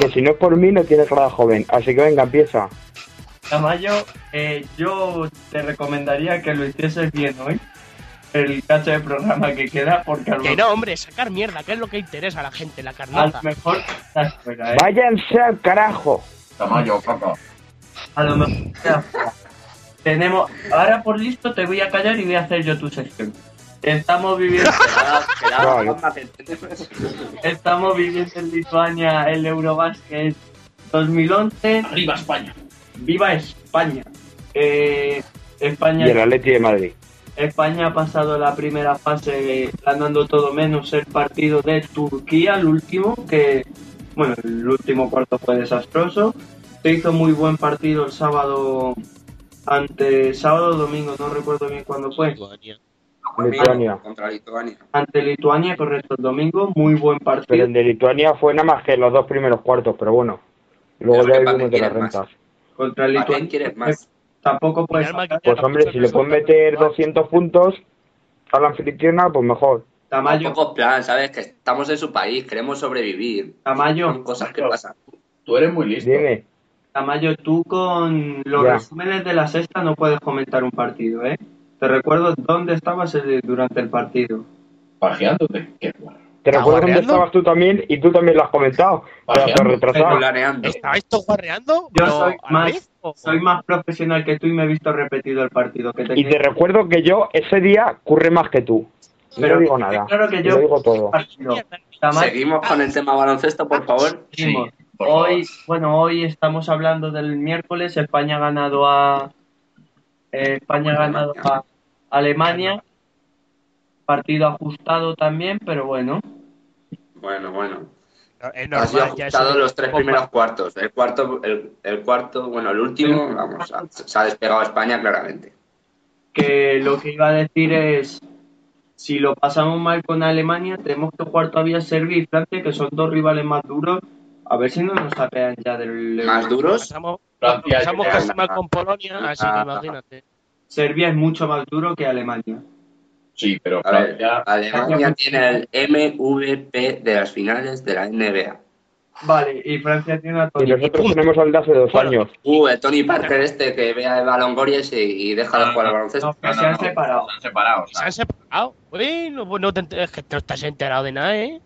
Que si no es por mí, no tienes grado joven. Así que venga, empieza. Tamayo, eh, yo te recomendaría que lo hicieses bien hoy. El cacho de programa que queda, porque a lo, Que no, hombre, sacar mierda, que es lo que interesa a la gente, la a lo carnaza. mejor estás fuera, ¿eh? Váyanse al carajo. Tamayo, caca. A lo mejor estás fuera. Tenemos. Ahora por listo te voy a callar y voy a hacer yo tu sección. Estamos viviendo. ah, Vale. Estamos viviendo en Lituania el Eurobasket 2011. Arriba España. ¡Viva España! Eh, España, Y el Atleti de Madrid. España ha pasado la primera fase ganando todo menos el partido de Turquía, el último, que, bueno, el último cuarto fue desastroso. Se hizo muy buen partido el sábado, ante sábado o domingo, no recuerdo bien cuándo fue. Lituania. Contra Lituania. Ante Lituania, correcto, el domingo, muy buen Pero partido. el de Lituania fue nada más que los dos primeros cuartos, pero bueno. Luego Pero ya que para vimos qué de las quieres rentas. Contra ¿Para quién Lituania. quieres más? Tampoco puedes Real sacar- Madrid- Pues hombre, si le pueden meter 200 puntos a la anfitriona, pues mejor. Tamayo, Tampoco plan, ¿sabes? Que estamos en su país, queremos sobrevivir. Son Tamayo, cosas que pasan. Tú eres muy listo. Dime, Tamayo, tú con los Ya. resúmenes de la sexta no puedes comentar un partido, ¿eh? Te recuerdo dónde estabas eh, durante el partido. Pajeándote. Qué guay. te ¿Está recuerdo dónde guarreando? estabas tú también y tú también lo has comentado. Vaya, Pedazo retrasado. Planeando. ¿Estáis todos guarreando? Yo ¿Pero soy a la más- vez o- Soy más profesional que tú y me he visto repetido el partido que Y tenía. te recuerdo que yo ese día curré más que tú. Y Pero no digo que- nada. claro que y yo- lo digo todo. Partido. Mierda. Tamayo, Seguimos con el tema baloncesto, por favor. Sí, seguimos. por favor. hoy, bueno, hoy estamos hablando del miércoles. España ha ganado a eh, España ha ganado a Alemania. Partido ajustado también, pero bueno. Bueno, bueno. Es normal, Así ya es ajustado un- los tres primeros cuartos. El cuarto, el, el cuarto, bueno, el último, vamos, ha- se ha despegado España claramente. que lo que iba a decir es si lo pasamos mal con Alemania tenemos que jugar todavía Serbia y Francia que son dos rivales más duros A ver si no nos sapean ya del. ¿Más duros? Pasamos, Francia, pasamos Italia, casi mal con Polonia, así que Ah. imagínate. Serbia es mucho más duro que Alemania. Sí, pero A ver, Francia- Alemania tiene el MVP de las finales de la NBA. Vale, y Francia tiene a Toni. Y nosotros tenemos al de hace dos años. Uh, el Tony Parker este que vea el balón Gories y, y deja de jugar al baloncesto. que se han separado. están separados. Se han separado. Bueno, pues no te ent- es que no estás enterado de nada, ¿eh?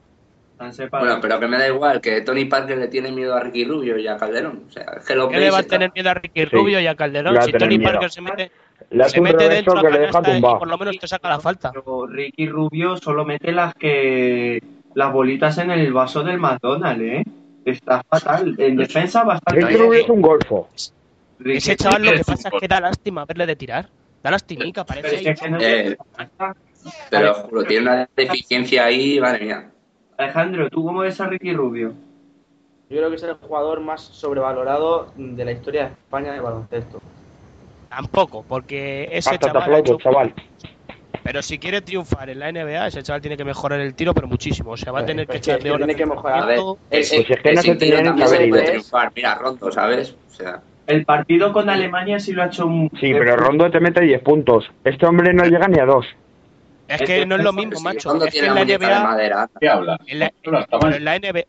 Se han separado. Bueno, pero que me da igual, que Tony Parker le tiene miedo a Ricky Rubio y a Calderón. O sea, es que los ¿Qué le va a veis, tener miedo a Ricky Rubio y a Calderón? le va a si tener Tony miedo. Parker se mete, Le hace se un mete reverso dentro a que le deja canasta y tumbado. por lo menos te saca la falta. Pero Ricky Rubio solo mete las que. las bolitas en el vaso del McDonald's, ¿eh? Está fatal. En defensa bastante. Ricky Oye, Rubio oye. es un golfo. Ricky- Ese chaval lo Rubio que es un pasa es que da lástima verle de tirar. Da lastimica, Pero es parece. que- que no- Eh. Te lo juro, tiene una deficiencia ahí, madre mía. Alejandro, ¿tú cómo ves a Ricky Rubio? Yo creo que es el jugador más sobrevalorado de la historia de España de baloncesto. Tampoco, porque ese Hasta te chaval ha hecho aplaudo, chaval. Pero si quiere triunfar en la NBA, ese chaval tiene que mejorar el tiro, pero muchísimo. O sea, va a Eh, tener que pues es echar que de horas. tiene que de mejorar. A ver, entrenamiento. ese, Pues es que no ese se tío tenían también que haber se puede ido. triunfar. Mira, Rondo, ¿sabes? O sea, El partido con Alemania sí lo ha hecho un. Sí, pero Rondo te mete 10 puntos. Este hombre no llega ni a dos. Es que no es lo mismo, si pues, macho. pues, Rondo Es que tiene en la la muñeca de NBA madera. ¿Qué hablas? En la, Hola, está mal. pero en la NBA,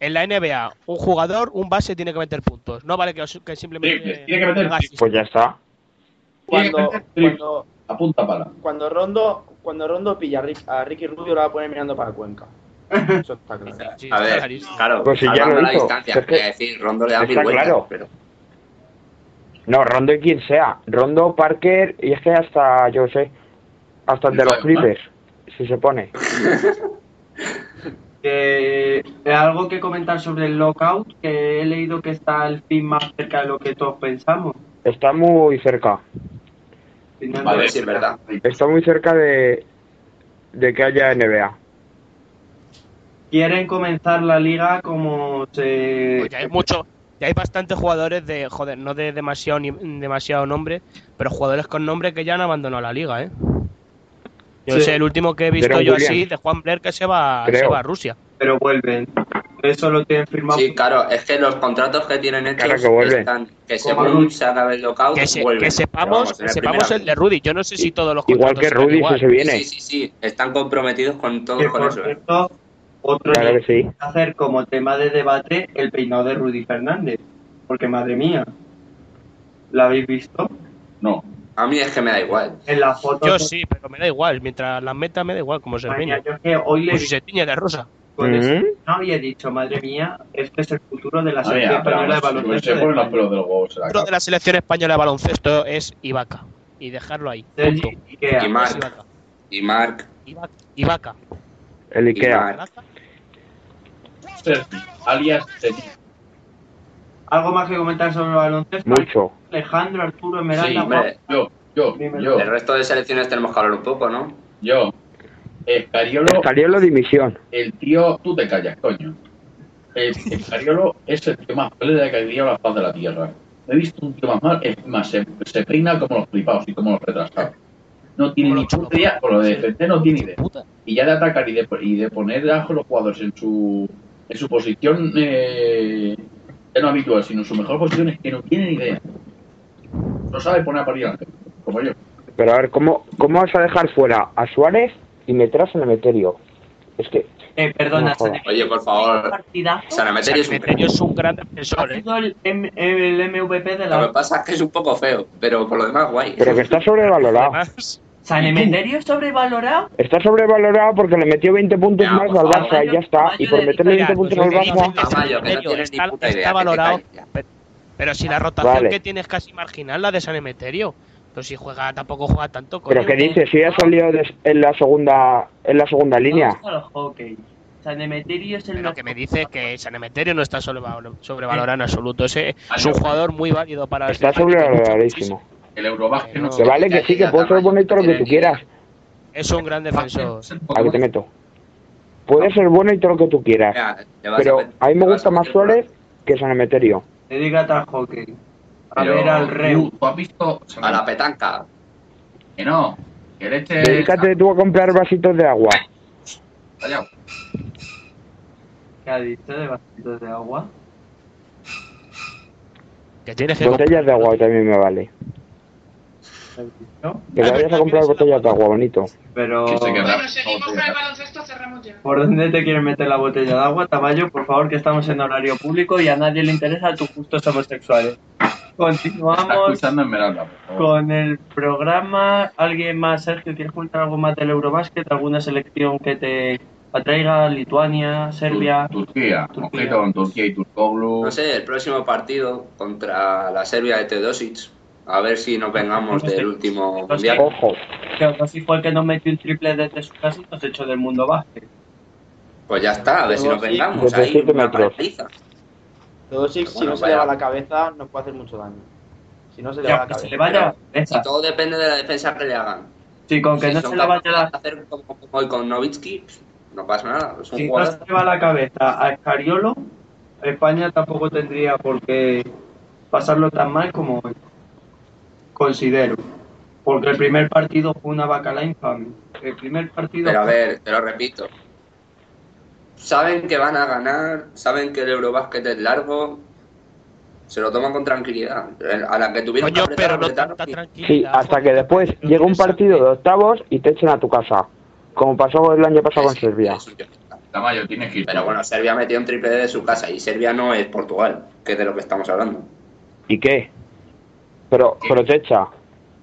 en la NBA, un jugador, un base tiene que meter puntos. No vale que, os- que Triples, simplemente tiene que meter haga triples. asistencia. Pues ya está. Cuando, cuando, Apunta para. cuando Rondo cuando Rondo pilla a Rick- a Ricky Rubio, lo va a poner mirando para Cuenca. Eso está claro. Sí, A está ver, clarísimo. claro, Pues si ya salvando lo la hizo. distancia. Es que- quería decir, Rondo le da mil está vueltas, claro. pero No, Rondo y quien sea. Rondo, Parker y es que hasta, yo sé, hasta el de los Clippers, si se pone. Eh, algo que comentar sobre el lockout, que he leído que está el fin más cerca de lo que todos pensamos. Está muy cerca. Final Vale, de- sí, es verdad. Está muy cerca de, de que haya NBA. Quieren comenzar la liga como se. Pues ya hay mucho, ya hay bastantes jugadores de, joder, no de demasiado ni- demasiado nombre, pero jugadores con nombre que ya han abandonado la liga, ¿eh? Yo Sí. sé, el último que he visto Jerome yo Williams. así de Juan Blair que se va, Creo. se va a Rusia. Pero vuelven. Eso lo tienen firmado. Sí, claro, es que los contratos que tienen hechos Claro que vuelven. están, que Como según se acabe el lockout, Que, se- que vuelven. Pero sepamos, vamos, en que la sepamos primera el de Rudy. Yo no sé si todos los Igual contratos que serán Rudy, si igual. se viene. Sí, sí, sí, sí, están comprometidos con que todos con por eso. ¿eh? cierto, otro Claro día que sí. hacer como tema de debate el peinado de Rudy Fernández. Porque madre mía, ¿la habéis visto? No. A mí es que me da igual. En la foto. Yo sí, pero me da igual. Mientras las meta, me da igual como se Madre mía, peine. yo es que hoy le O si se tiñe de rosa. con ese Ujú. peinado y he dicho, madre mía, este es el futuro de la Madre selección mía, pero española de vamos, baloncesto. Se ponen los pelos de los huevos. se la Otro de acaba. la selección española de baloncesto es Ibaka. Y dejarlo ahí. Punto. Sergi Ikea. Y Es Mark, Ibaka. y Mark, Ibaka. Ibaka. El y Ikea. Mark. Sergi, alias Sergi. ¿Algo más que comentar sobre el baloncesto? Mucho. Alejandro, Arturo, Esmeralda, Sí, Hombre, Yo, yo, Dímelo. yo, del resto de selecciones tenemos que hablar un poco, ¿no? yo. Escariolo, Escariolo dimisión. el tío. Tú te callas, coño. El- Escariolo es el tío más pele de que había la faz de la tierra. No He visto un tío más mal, es más, se, se peina como los flipados y como los retrasados. No tiene Como ni los chulos. puta idea, por lo de defender no tiene idea. Puta. y ya de atacar y de, y de poner a los jugadores en su, en su posición eh, ya no habitual, sino en su mejor posición es que no tiene ni idea. No sabe poner a parir a la gente, como yo. Pero a ver, ¿cómo, ¿cómo vas a dejar fuera a Suárez y meterás a Nemeterio? Es que, Eh, perdona, No jodas. Oye, por favor, partida. Sanameterio es un Meterio es un gran defensor, Ha ¿eh? sido el, M- el MVP de Lo que la. pasa es que es un poco feo, pero por lo demás guay. pero que está sobrevalorado. Además, ¿San Emeterio sobrevalorado? Está sobrevalorado porque le metió 20 puntos Ya, más por al favor. Barça y ya está. Y por meterle mira, 20 puntos al nosotros Barça, dicen que San Tamayo, que no Emeterio tienes ni está- puta idea, está que te valorado, calles. pe- pero si la rotación Vale. que tiene es casi marginal la de San Emeterio. Pero si juega, tampoco juega tanto. pero coño. que dices, si ha salido des- en la segunda en la segunda línea. Vamos al hockey. San Emeterio es el Pero lo mejor. que me dice es que San Emeterio no está sobrevalo- sobrevalorado en absoluto. Ese es un Vale. jugador muy válido para Está España, que lucha sobrevaloradísimo. muchísimo. El Eurobasket no Que se va- vale, que sí, que puedes ser bonito lo que tú quieras. Es un gran defensor. A que te meto. Puedes ser bueno y todo lo que tú quieras. Mira, le vas Pero meter- a mí me le vas gusta a más meter- Suárez que San Emeterio. Dedícate al hockey. A Pero ver al tú- Reu. Tú has visto. se me- A la petanca. Que no. Que el Eh, este. Dedícate tú a comprar vasitos de agua. Callao. Que ha dicho de vasitos de agua? Que tienes eh, que comprar. Botellas de agua también me vale. Que vayas a comprar botellas de agua, bonito. Pero. Bueno, seguimos con el baloncesto, cerramos ya. ¿Por dónde te quieren meter la botella de agua, Tamayo? Por favor, que estamos en horario público y a nadie le interesa tus gustos homosexuales. Está Continuamos escuchando Esmeralda, por favor. con el programa. ¿Alguien más, Sergio, quieres contar algo más del Eurobasket? ¿Alguna selección que te atraiga? ¿Lituania? ¿Serbia? Turquía, Turquía. conflicto con Turquía y Turkoglu. No sé, el próximo partido contra la Serbia de Teodosic. A ver si nos vengamos del último mundial. Ojo, Que aún así fue el que nos metió un triple desde su casa y nos echó del mundo básquet. Pues ya está, a ver si nos vengamos. Desde Ahí siete una metros. paliza. Teodosic, si Bueno, no se vaya. le va la cabeza, nos puede hacer mucho daño. Si no se le va Ya, la que se cabeza. le vaya la Y cabeza. todo depende de la defensa que le hagan. Sí, con que Si no son se le vaya capaces la de hacer como, como hoy con Novitsky, no pasa nada. pues, Es un Si no jugador. se lleva la cabeza a Escariolo, España tampoco tendría por qué pasarlo tan mal como hoy. Considero. Porque el primer partido fue una bacala infame. El primer partido. Pero a ver, te lo repito. Saben que van a ganar, saben que el Eurobásquet es largo, se lo toman con tranquilidad. El- A la que tuvieron Coño, que apretar, pero no apretaron tanta y- tranquilidad. sí, hasta que después Pero llega un que saque- partido de octavos y te echen a tu casa. Como pasó el año pasado con Serbia. Eso ya está. Tamayo, tienes que ir. Pero bueno, Serbia metió un triple de su casa y Serbia no es Portugal, que es de lo que estamos hablando. ¿Y qué? Pero, pero te echa.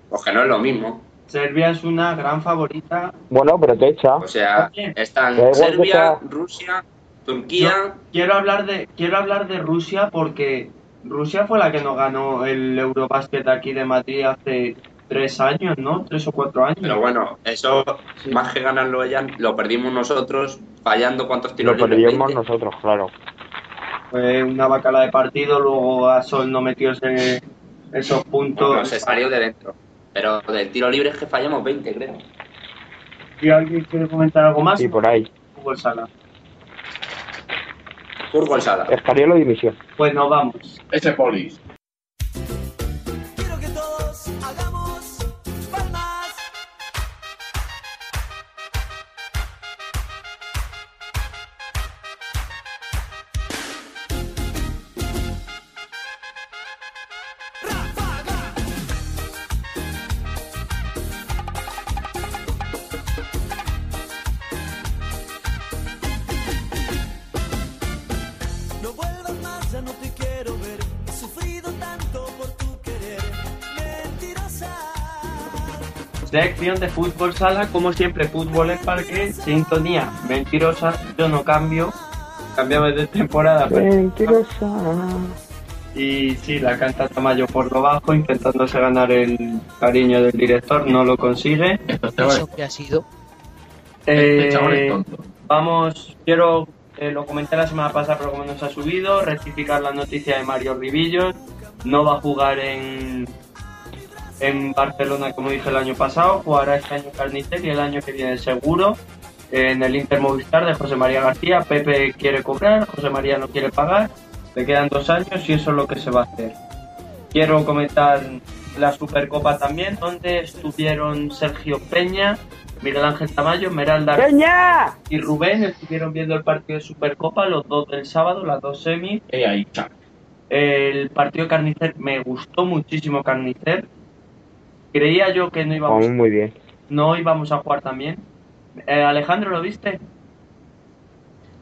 Pues que no es lo mismo. Serbia es una gran favorita. Bueno, pero te echa. O sea, También. Da están igual que Serbia, sea- Rusia, Turquía. Quiero hablar de, quiero hablar de Rusia porque Rusia fue la que nos ganó el Eurobasket aquí de Madrid hace tres años, ¿no? Tres o cuatro años. Pero bueno, eso Sí. más que ganarlo ella, lo perdimos nosotros fallando cuántos Lo tiros libres. perdimos 20. nosotros, claro. Fue una bacala de partido, luego a Sol no metió ese- esos puntos. No, se salió de dentro. Pero del tiro libre es que fallamos 20, creo. ¿Y alguien quiere comentar algo más? Y por ahí. Fútbol sala. Fútbol sala. Escariolo dimisión. Pues nos vamos. Ese polis. Quiero que todos hagamos palmas. Ráfaga. No vuelvas más, ya no te quiero ver. He sufrido tanto por tu querer. Mentirosa. Selección de fútbol sala, como siempre, fútbol en parque, sintonía mentirosa, yo no cambio. Cambiamos de temporada. pero- Y sí, la canta Tamayo por lo bajo, intentándose ganar el cariño del director, no lo consigue. Estos chavales- ¿Eso que ha sido? Este Eh, chaval es tonto. Vamos, quiero, eh, lo comenté la semana pasada, pero como nos ha subido, rectificar la noticia de Mario Ribillos. No va a jugar en, en Barcelona, como dije el año pasado, jugará este año Carnicer y el año que viene seguro. En el Inter Movistar de José María García, Pepe quiere cobrar, José María no quiere pagar, le quedan dos años y eso es lo que se va a hacer. Quiero comentar la Supercopa también, donde estuvieron Sergio Peña, Miguel Ángel Tamayo, Meralda ¡Peña! y Rubén estuvieron viendo el partido de Supercopa, los dos del sábado, las dos semis. Eh, ahí, chac. El partido de Carnicer me gustó muchísimo Carnicer. Creía yo que no íbamos, Vamos muy bien. no íbamos a jugar también. Eh, Alejandro, ¿lo viste?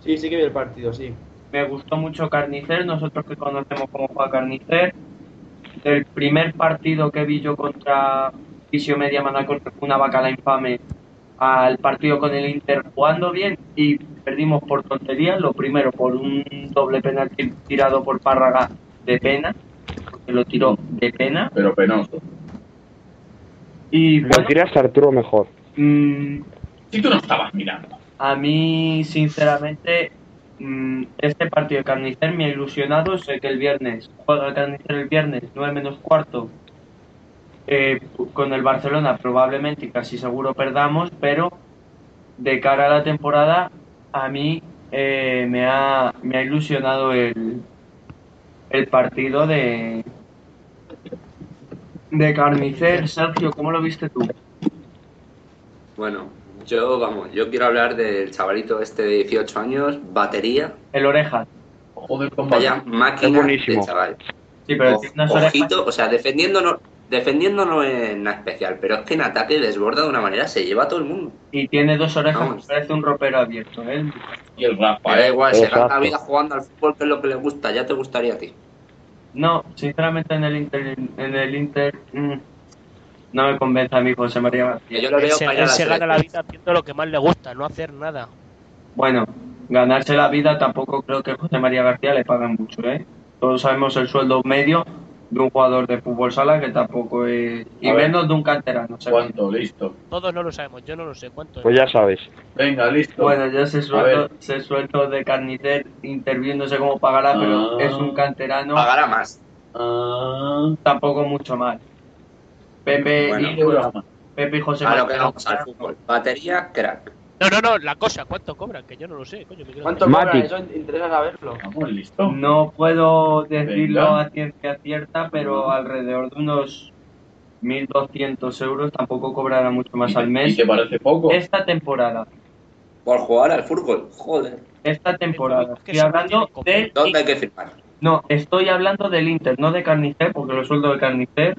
Sí, sí que vi el partido, sí. Me gustó mucho Carnicer, nosotros que conocemos cómo juega Carnicer. El primer partido que vi yo contra Visio Media Manacor, que fue una bacala infame, al partido con el Inter jugando bien y perdimos por tonterías. Lo primero, por un doble penalti tirado por Párraga de pena, que lo tiró de pena. Pero penoso. Y Lo bueno, tiras Pues Arturo mejor. mm, Si tú no estabas mirando. A mí, sinceramente, mm, este partido de Carnicer me ha ilusionado. Sé que el viernes, juega el Carnicer el viernes, 9 menos cuarto, eh, con el Barcelona probablemente y casi seguro perdamos, pero de cara a la temporada, a mí eh, me, ha, me ha ilusionado el, el partido de, de Carnicer. Sergio, ¿cómo lo viste tú? Bueno, Yo, vamos, yo quiero hablar del chavalito este de 18 años, batería. El oreja. Joder, Vaya máquina de chaval. Sí, pero O- tiene unas orejas. ojito, o sea, defendiéndonos, defendiéndonos en nada especial, pero es que en ataque desborda de una manera, se lleva a todo el mundo. Y tiene dos orejas, Vamos. que parece un ropero abierto. ¿eh? Y el eh, Me da igual, se gasta la vida jugando al fútbol, que es lo que le gusta, ya te gustaría a ti. No, sinceramente en el Inter, en el Inter mm, no me convence a mí José María García. Yo lo veo se, para ir a él la se gana selección. la vida haciendo lo que más le gusta, no hacer nada. Bueno, ganarse la vida tampoco creo que José María García le pagan mucho, ¿eh? Todos sabemos el sueldo medio de un jugador de fútbol sala que tampoco es... Y A ver. menos de un canterano. se ¿Cuánto? Listo. Todos no lo sabemos, yo no lo sé cuánto. Pues ya sabes. Venga, listo. Bueno, ya se suelto, ver. se suelto de carnicel, interviéndose sé cómo pagará, pero Ah. es un canterano, Pagará más. Ah, tampoco mucho mal. Pepe, Bueno, y, mil euros más. Pepe y José A lo María que vamos al fútbol. Batería, crack. No, no, no, la cosa, ¿cuánto cobran? Que yo no lo sé, coño. me quiero ¿Cuánto enterar. cobran? Mati. Eso interesa saberlo. Vamos, listo. No puedo decirlo Venga. a ciencia cierta, pero alrededor de unos 1.200 euros tampoco cobrará mucho más al ¿Y mes. te parece poco? Esta temporada, Por jugar al fútbol, joder. esta temporada. Pero es que Estoy eso no hablando tiene como- del... ¿Dónde hay que firmar? No, estoy hablando del Inter, no de Carnicel, porque los sueldos de Carnicel,